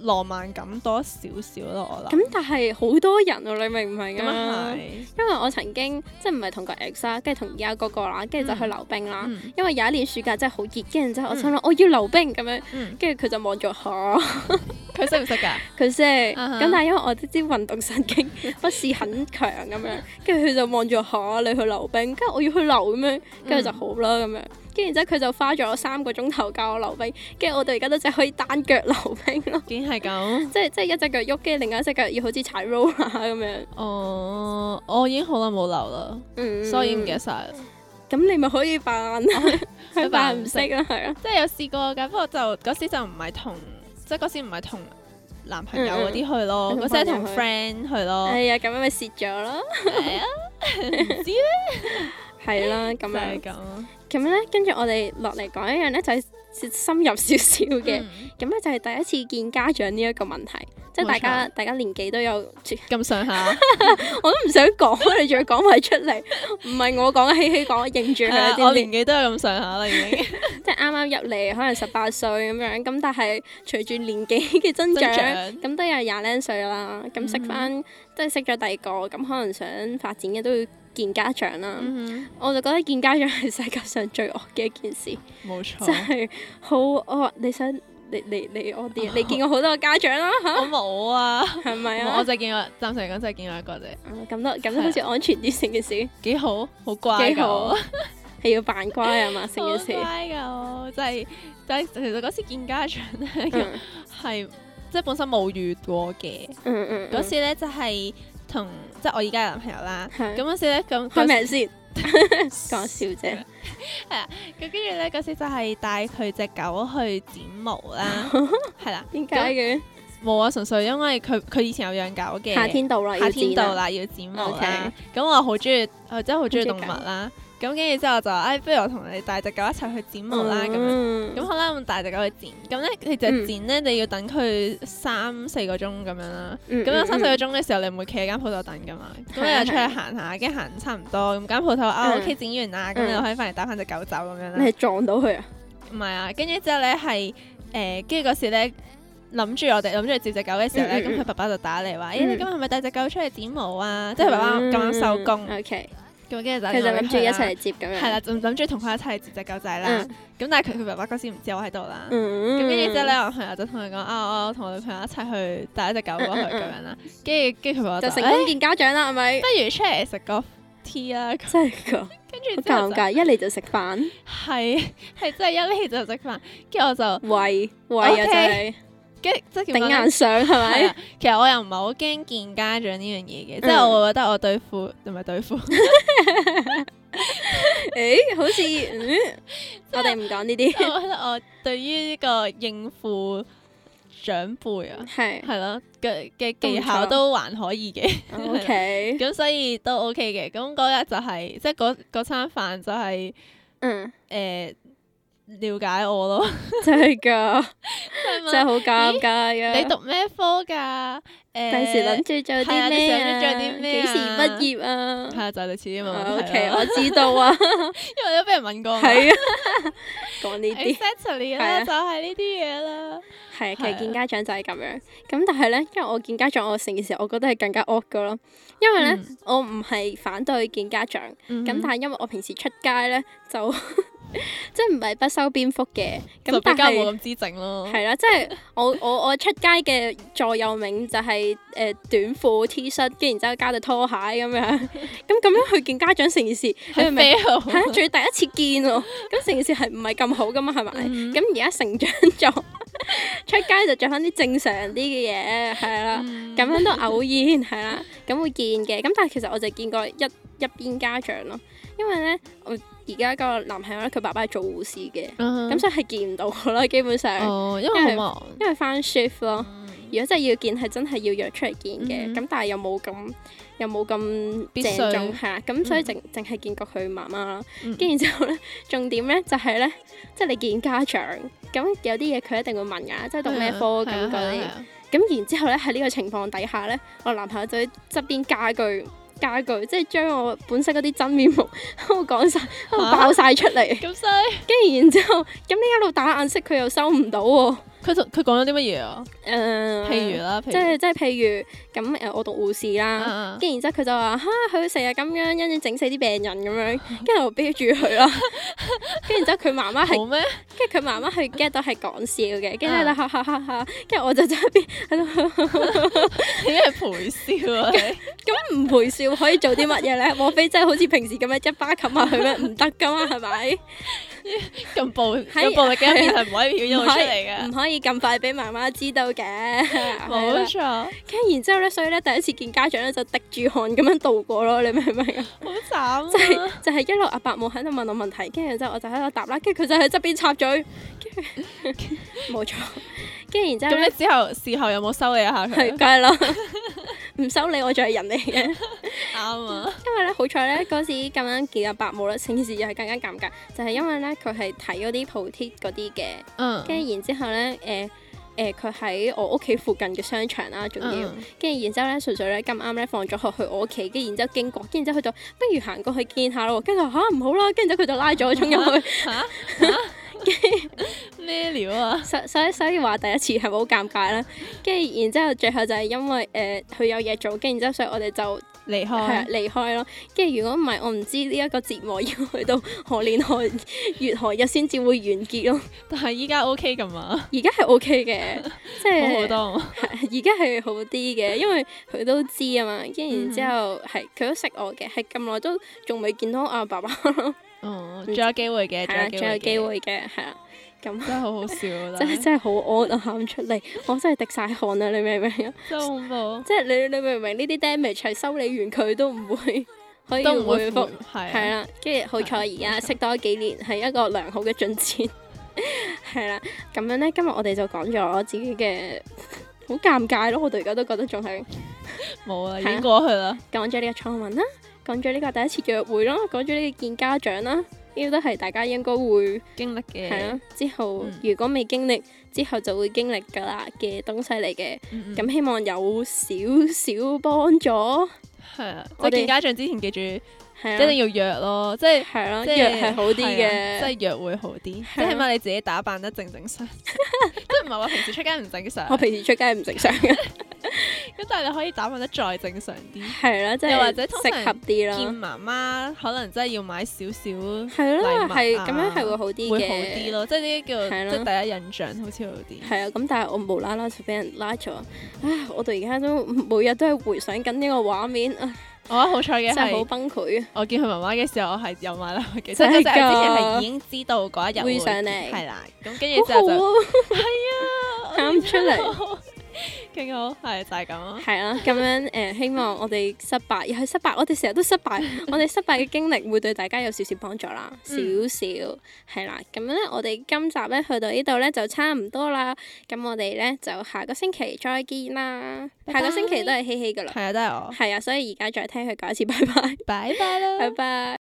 Speaker 4: 浪漫感多少少咯，我諗
Speaker 3: 咁但係好多人喎、你明唔明
Speaker 4: 咁啊
Speaker 3: 啊？
Speaker 4: 係，
Speaker 3: 因為我曾經即係唔係同個 ex 啦，跟住同而家嗰個啦，跟住就去溜冰啦。
Speaker 4: 嗯
Speaker 3: 因為有一年暑假真係好熱，跟住然之後我
Speaker 4: 嗯
Speaker 3: 心諗我要溜冰咁樣，
Speaker 4: 嗯，
Speaker 3: 跟住佢就望咗我，嚇
Speaker 4: 佢識唔識㗎？
Speaker 3: 佢即係
Speaker 4: 啊哈
Speaker 3: 咁，但係因為我啲啲運動神經 [laughs] 不是很強咁樣，跟住佢就望咗我，嚇你去溜冰，跟住我要去溜咁樣，跟住就好啦咁樣。跟住然之後佢就花咗三個鐘頭教我溜冰，跟住我到而家都只可以單腳溜冰咯， [laughs]
Speaker 4: 竟然係咁。
Speaker 3: 即係即係一隻腳喐，跟住另一隻腳要好似踩 roller 咁樣。
Speaker 4: 哦，我已經好耐冇留啦，
Speaker 3: 嗯，
Speaker 4: 所以已經唔哦記得晒啦。
Speaker 3: 咁你咪可以扮， [laughs] 佢扮唔識啦，係啊，
Speaker 4: 即係有試過㗎，不過就嗰時就唔係同，即係嗰時唔係同男朋友嗰啲去咯，
Speaker 3: 嗯嗯
Speaker 4: 嗰時係同
Speaker 3: 同
Speaker 4: friend 去咯。
Speaker 3: 哎呀，咁樣咪蝕咗
Speaker 4: [laughs]
Speaker 3: 咯，
Speaker 4: 係啊，唔知咧，
Speaker 3: 係啦，咁啊
Speaker 4: 就
Speaker 3: 樣，
Speaker 4: 係咁。
Speaker 3: 咁咧，跟住我哋落嚟講一樣咧，就係深入少少嘅，
Speaker 4: 嗯
Speaker 3: 咁咧就係第一次見家長呢一個問題，即係
Speaker 4: 冇錯
Speaker 3: 大家大家年紀都有， [laughs] 我
Speaker 4: 咁上下，
Speaker 3: 都唔想講，你仲要講埋出嚟，唔係我講，希希講，認住
Speaker 4: 係啊 [laughs]
Speaker 3: 佢
Speaker 4: 我
Speaker 3: 先
Speaker 4: 年
Speaker 3: 知，
Speaker 4: 紀都有咁上下啦，已
Speaker 3: [laughs]
Speaker 4: 經
Speaker 3: 即係啱啱入嚟，可能十八歲咁樣，咁但係隨住年紀嘅增
Speaker 4: 增
Speaker 3: 長。
Speaker 4: 長。嗯
Speaker 3: 咁都有廿零歲啦，咁識翻即係識咗第二個，咁可能想發展嘅都要見家長啦。
Speaker 4: 嗯
Speaker 3: 我就覺得見家長係世界上最惡嘅一件事，
Speaker 4: 哼，冇錯
Speaker 3: 真。係好惡。你想你你你惡
Speaker 4: [laughs]
Speaker 3: 啲，你見過好多個家長啦
Speaker 4: 我冇啊，
Speaker 3: 嚇，係咪
Speaker 4: 我
Speaker 3: 啊？
Speaker 4: 就見過，暫時嚟講就係見過一個啫，
Speaker 3: 啊咁都咁都好似安全啲成件事，
Speaker 4: 幾好，好乖
Speaker 3: 幾
Speaker 4: 㗎
Speaker 3: 好
Speaker 4: 我。
Speaker 3: 係要扮乖啊嘛，成件
Speaker 4: 好
Speaker 3: 事。
Speaker 4: 乖㗎我，就係就係其實嗰時見家長咧，
Speaker 3: 嗯
Speaker 4: 係即係本身冇遇過嘅。
Speaker 3: 嗯嗯，
Speaker 4: 嗰時咧就係同即係我而家嘅男朋友啦。咁
Speaker 3: 係
Speaker 4: 嗰時咧咁
Speaker 3: 開
Speaker 4: 嗰
Speaker 3: 名先，講笑啫。
Speaker 4: 咁跟住咧嗰時就係帶佢只狗去剪毛
Speaker 3: [laughs]
Speaker 4: 啦，係啦，
Speaker 3: 點解嘅？
Speaker 4: 冇啊，純粹因為佢佢以前有養狗嘅，
Speaker 3: 夏天到啦，
Speaker 4: 夏
Speaker 3: 要
Speaker 4: 天
Speaker 3: 剪
Speaker 4: 到啦要剪毛啦
Speaker 3: OK，
Speaker 4: 咁我好中意，我真係好中意動物啦。咁跟住之後就，唉，不如我同你大隻狗一齊去剪毛啦咁樣。
Speaker 3: 嗯
Speaker 4: 咁好啦，咁大隻狗去剪，咁咧你就剪咧，你要等佢三四個鐘咁樣啦。
Speaker 3: 嗯
Speaker 4: 咁有啊三四個
Speaker 3: 嗯
Speaker 4: 鐘嘅時候，你唔會企喺間鋪頭等噶嘛。咁
Speaker 3: 係啊
Speaker 4: 你就出去行下，跟住行差唔多，咁間鋪頭啊
Speaker 3: 嗯
Speaker 4: OK 剪完啦，咁
Speaker 3: 嗯
Speaker 4: 你就可以翻嚟帶翻只狗走咁樣
Speaker 3: 你
Speaker 4: 啦
Speaker 3: 係。撞到佢啊？
Speaker 4: 唔係啊，跟住之後咧係誒，跟住嗰時咧。諗住我哋諗住接只狗嘅時候
Speaker 3: 嗯
Speaker 4: 咧，
Speaker 3: 嗯嗯
Speaker 4: 咁佢爸爸就打嚟話：，
Speaker 3: 嗯
Speaker 4: 咦，你今日係咪帶只狗出去剪毛啊？即係佢爸爸咁啱收工，
Speaker 3: O K，
Speaker 4: 咁跟住就
Speaker 3: 佢就諗住一齊
Speaker 4: 係
Speaker 3: 嚟接咁樣。
Speaker 4: 啦，就諗住同佢一齊接只狗仔啦
Speaker 3: 嗯。
Speaker 4: 咁但係佢佢爸爸嗰時唔知我喺度啦。
Speaker 3: 嗯，
Speaker 4: 咁跟住之後咧，我朋友就同佢講啊，我同我女朋友一齊去帶一隻狗過去咁樣啦。跟住跟住佢話
Speaker 3: 嗯就
Speaker 4: 就
Speaker 3: 成
Speaker 4: 欸
Speaker 3: 功見家長啦，係咪？
Speaker 4: 不如出嚟食個 tea 啦。咁
Speaker 3: 真係㗎，好
Speaker 4: 跟住之後
Speaker 3: 尷
Speaker 4: 就
Speaker 3: 尬，一嚟就食飯，
Speaker 4: 係係真係一嚟就食飯，跟住我就
Speaker 3: 喂喂啊，真
Speaker 4: OK，
Speaker 3: 係
Speaker 4: 跟即係點
Speaker 3: 頂
Speaker 4: 講呢
Speaker 3: 硬上係
Speaker 4: 係
Speaker 3: 咪
Speaker 4: 啊？其實我又唔係好驚見家長呢樣嘢嘅，即
Speaker 3: 嗯
Speaker 4: 係我會覺得我對付唔係對 [laughs] 付，
Speaker 3: 誒，好似嗯
Speaker 4: [laughs]
Speaker 3: 我哋唔講呢啲，
Speaker 4: 我覺得我對於呢個應付長輩啊，
Speaker 3: 係
Speaker 4: 係咯嘅嘅
Speaker 3: 嗯都唔錯
Speaker 4: 技
Speaker 3: 哦
Speaker 4: 巧都還可以嘅。
Speaker 3: O
Speaker 4: [laughs]
Speaker 3: K，
Speaker 4: 咁所以都 OK 嘅。咁嗰日就係、即係嗰嗰餐飯就係、
Speaker 3: 嗯，
Speaker 4: 誒、了解我咯。 [laughs]
Speaker 3: 真係㗎，
Speaker 4: 即
Speaker 3: 真係
Speaker 4: 係
Speaker 3: 好尷尬
Speaker 4: 問
Speaker 3: 㗎。
Speaker 4: 你讀咩科㗎？呃誒、
Speaker 3: 第時諗住做
Speaker 4: 係
Speaker 3: 啲
Speaker 4: 啊你
Speaker 3: 咩
Speaker 4: 想
Speaker 3: 啊？
Speaker 4: 做啲咩
Speaker 3: 幾時
Speaker 4: 啊
Speaker 3: 畢業啊
Speaker 4: 係啊，就係類似呢啲咁嘅
Speaker 3: ？O
Speaker 4: 問題
Speaker 3: K，
Speaker 4: 咯
Speaker 3: 我知道啊，
Speaker 4: [laughs] 因為我都俾人問過嘛。
Speaker 3: 係
Speaker 4: [laughs]
Speaker 3: 啊，講呢啲。係
Speaker 4: exactly
Speaker 3: 啊
Speaker 4: 啦，就係呢啲嘢啦。
Speaker 3: 係，其
Speaker 4: 係
Speaker 3: 實
Speaker 4: 啊
Speaker 3: 見家長就係咁樣。咁但係咧，因為我見家長，我成件事我覺得係更加惡噶咯。因為咧，
Speaker 4: 嗯
Speaker 3: 我唔係反對見家長，咁、
Speaker 4: 咁
Speaker 3: 但係因為我平時出街咧就 [laughs] 即係唔係不修邊幅嘅，咁
Speaker 4: 就
Speaker 3: 但
Speaker 4: 比較冇
Speaker 3: 係
Speaker 4: 咁知整咯。
Speaker 3: 係啦，即係我我我出街嘅座右銘就係、誒、呃短褲 T 恤，跟然之後加對拖鞋
Speaker 4: [laughs]
Speaker 3: 咁樣。咁咁樣去見家長成件事，你
Speaker 4: 係
Speaker 3: 明唔明？ [laughs]
Speaker 4: fail
Speaker 3: 係啊，仲要第一次見喎，咁成件事係唔係咁好噶嘛？係咪？
Speaker 4: 嗯
Speaker 3: 咁而家成長咗，出街就着翻啲正常啲嘅嘢，係啦，
Speaker 4: 嗯
Speaker 3: 咁樣都偶然係啦，咁會見嘅。咁但係其實我就見過一一邊家長咯，因為咧我而家個男朋友咧，佢爸爸係做護士嘅，
Speaker 4: 嗯
Speaker 3: 咁所以係見唔到我啦，基本上，
Speaker 4: 哦，因為好忙。
Speaker 3: 因為翻 shift 咯。如果真係要見，係真係要約出嚟見嘅。
Speaker 4: 嗯
Speaker 3: 咁、但係又冇咁又冇咁
Speaker 4: 必
Speaker 3: 鄭
Speaker 4: 須
Speaker 3: 重係啊，咁所以
Speaker 4: 嗯
Speaker 3: 淨淨係見過佢媽媽啦。
Speaker 4: 嗯
Speaker 3: 跟住之後咧， [laughs] 重點咧就係咧，即係你見家長，咁有啲嘢佢一定會問㗎，即係讀咩科
Speaker 4: 係啊
Speaker 3: 咁嗰啲
Speaker 4: 係。啊
Speaker 3: 咁然之後咧，喺呢個情況底下咧，我男朋友就喺側邊家具家具，即係將我本身嗰啲真面目 [laughs] 都講晒，都
Speaker 4: 嚇
Speaker 3: 爆晒出嚟。
Speaker 4: 咁所以
Speaker 3: 跟住然之後，咁你一路打眼色，佢又收唔到喎。
Speaker 4: 佢同佢講咗啲乜嘢啊？
Speaker 3: 誒，
Speaker 4: 譬如啦，譬
Speaker 3: 即
Speaker 4: 如
Speaker 3: 係即係譬如咁誒，我讀護士
Speaker 4: 啊
Speaker 3: 啦。
Speaker 4: 啊
Speaker 3: 跟住然之後佢就話吓，佢成日咁樣，跟住整死啲病人咁樣，
Speaker 4: 嗯
Speaker 3: 跟住我啤住佢
Speaker 4: [laughs]
Speaker 3: 啦。跟住然之後佢媽媽係
Speaker 4: 好嗯咩？
Speaker 3: 跟住佢媽媽係 get 到係講笑嘅，跟住咧哈哈哈哈，跟住我就側邊喺度，
Speaker 4: 你係陪笑啊！你
Speaker 3: [laughs] 咁唔陪笑可以做啲乜嘢咧？莫非真係好似平時咁樣一巴冚下佢咩？唔得噶嘛，係咪？
Speaker 4: [laughs] 咁暴
Speaker 3: 喺
Speaker 4: 有暴力嘅一面係唔可以表
Speaker 3: 唔
Speaker 4: 現
Speaker 3: 可
Speaker 4: 到出
Speaker 3: 以
Speaker 4: 嚟
Speaker 3: 唔
Speaker 4: 嘅，
Speaker 3: 可以咁快俾媽媽知道嘅。係啦
Speaker 4: 冇錯，好
Speaker 3: 跟住然之後咧，所以咧第一次見家長咧就滴住汗咁樣度過咯，你明唔明啊？
Speaker 4: 慘啊！
Speaker 3: 就係就係一路阿伯母喺度問我問題，跟住之後我就喺度答啦，跟住佢就喺側邊插
Speaker 4: [laughs]
Speaker 3: 嘴，跟住冇錯，跟住然之後
Speaker 4: 咁
Speaker 3: 咧
Speaker 4: 你。之後事後有冇收你一下
Speaker 3: 係
Speaker 4: 佢？
Speaker 3: 梗係啦， [laughs] 唔收你我仲係人嚟嘅，
Speaker 4: 啱啊！
Speaker 3: 因為咧好彩咧嗰時咁樣見阿伯母咧，成件事又係更加尷尬，就係、因為咧佢係睇嗰啲鋪貼嗰啲嘅，
Speaker 4: 嗯，
Speaker 3: 跟住然之後咧誒誒佢喺我屋企附近嘅商場啦，仲要
Speaker 4: 嗯
Speaker 3: 跟住然之後咧純粹咧咁啱咧放咗學去我屋企，跟住然之後經過，跟住然之後佢就不如行過去見下咯，跟住我話吓唔好啦，跟住之後佢就拉咗我衝入去，
Speaker 4: 嚇咩料啊？
Speaker 3: 所所以所以話第一次係咪好尷尬啦，跟住然之後最後就係因為誒佢、有嘢做，跟住然之後所以我哋就。
Speaker 4: 離
Speaker 3: 係啊
Speaker 4: 開，
Speaker 3: 離開咯。跟住如果唔係，我唔知呢一個折磨要去到何年何月何日先至會完結咯。
Speaker 4: 但係依家 OK 㗎嘛？
Speaker 3: 而家係 O K 嘅，即
Speaker 4: [laughs]
Speaker 3: 係
Speaker 4: 好好多喎，
Speaker 3: 而家係好啲嘅，因為佢都知啊嘛。跟住然之
Speaker 4: 嗯
Speaker 3: 後係佢都識我嘅，係咁耐都仲未見到阿爸爸
Speaker 4: [laughs]
Speaker 3: 咯。
Speaker 4: 哦，仲有機會嘅，
Speaker 3: 係啦，啊仲有
Speaker 4: 機
Speaker 3: 機
Speaker 4: 會嘅，
Speaker 3: 會嘅，係啦。咁
Speaker 4: 真係好好笑啊！
Speaker 3: 真係真係好安啊！喊出嚟，我真係滴晒汗啊！你明唔明啊？
Speaker 4: 真係恐怖，
Speaker 3: 即係你你明唔明呢啲 damage 係修理完佢都唔
Speaker 4: [laughs]
Speaker 3: 會可以
Speaker 4: 都唔
Speaker 3: 恢
Speaker 4: 會
Speaker 3: 復
Speaker 4: 復，。係
Speaker 3: 係
Speaker 4: 啊，
Speaker 3: 啦，跟住好彩而家識多幾年係一個良好嘅進展， [laughs] 係啦，咁樣呢，今日我哋就講咗我自己嘅好尷尬咯，我到而家都覺得仲係
Speaker 4: 冇啦，已
Speaker 3: 係啊
Speaker 4: 經過去啦。
Speaker 3: 講咗呢個錯文啦，講咗呢個第一次約會咯，講咗呢個見家長啦，呢啲都係大家應該會
Speaker 4: 經歷嘅
Speaker 3: 係啦。之後
Speaker 4: 嗯
Speaker 3: 如果未經歷，之後就會經歷㗎啦嘅東西嚟嘅。
Speaker 4: 嗯嗯
Speaker 3: 咁希望有少少幫助，
Speaker 4: 係啊，即
Speaker 3: 我
Speaker 4: 係
Speaker 3: 哋
Speaker 4: 見家長之前記住一
Speaker 3: 係
Speaker 4: 定
Speaker 3: 啦，
Speaker 4: 要約咯，即係
Speaker 3: 係啦，
Speaker 4: 即係
Speaker 3: 約係好啲
Speaker 4: 係啊即
Speaker 3: 嘅。
Speaker 4: 係約會好啲，即
Speaker 3: 係
Speaker 4: 係
Speaker 3: 啊
Speaker 4: 起碼你自己打扮得正正
Speaker 3: [laughs]
Speaker 4: 常，即係唔係話平時出街唔正常，
Speaker 3: 我
Speaker 4: 咁
Speaker 3: 平時出街唔食相
Speaker 4: [laughs]
Speaker 3: 嘅，
Speaker 4: 但係你可以打扮得再正常啲。
Speaker 3: 係啦，即
Speaker 4: 又
Speaker 3: 係
Speaker 4: 或者通常
Speaker 3: 適合啲
Speaker 4: 見
Speaker 3: 啦，
Speaker 4: 媽媽可能真係要買少少禮
Speaker 3: 係啦，
Speaker 4: 物
Speaker 3: 係
Speaker 4: 啊
Speaker 3: 咁樣係會好啲
Speaker 4: 會好啲
Speaker 3: 嘅。
Speaker 4: 咯，即係呢啲叫
Speaker 3: 係
Speaker 4: 即
Speaker 3: 咯
Speaker 4: 係第一印象好似好啲。
Speaker 3: 係啊，咁但係我無啦啦就俾人拉咗，唉！我到而家都每日都係回想緊呢個畫面，唉
Speaker 4: 我覺得好彩嘅
Speaker 3: 真係好
Speaker 4: 係，
Speaker 3: 崩潰啊！
Speaker 4: 我見佢媽媽嘅時候，我係有買禮物嘅，即係
Speaker 3: 真係
Speaker 4: 即係之前
Speaker 3: 㗎
Speaker 4: 係已經知道嗰一日
Speaker 3: 會上嚟
Speaker 4: 係啦。咁跟住之
Speaker 3: 好好
Speaker 4: 後
Speaker 3: 啊，
Speaker 4: 就係啊，
Speaker 3: 喊出嚟，
Speaker 4: 勁好，係就係咁咯。
Speaker 3: 係啊啦，咁樣誒，希望我哋失敗，又係失敗，我哋成日都失 [laughs] 敗，我哋失敗嘅經歷會對大家有少少幫助啦，少少係啦，咁樣咧，我哋今集咧去到呢度咧就差唔多啦，咁我哋咧就下個星期再見啦，
Speaker 4: 拜拜
Speaker 3: 下個星期都係希希噶啦，
Speaker 4: 係啊，都係我，
Speaker 3: 係啊，所以而家再聽佢講一次，拜拜，
Speaker 4: 拜拜啦
Speaker 3: 拜。拜。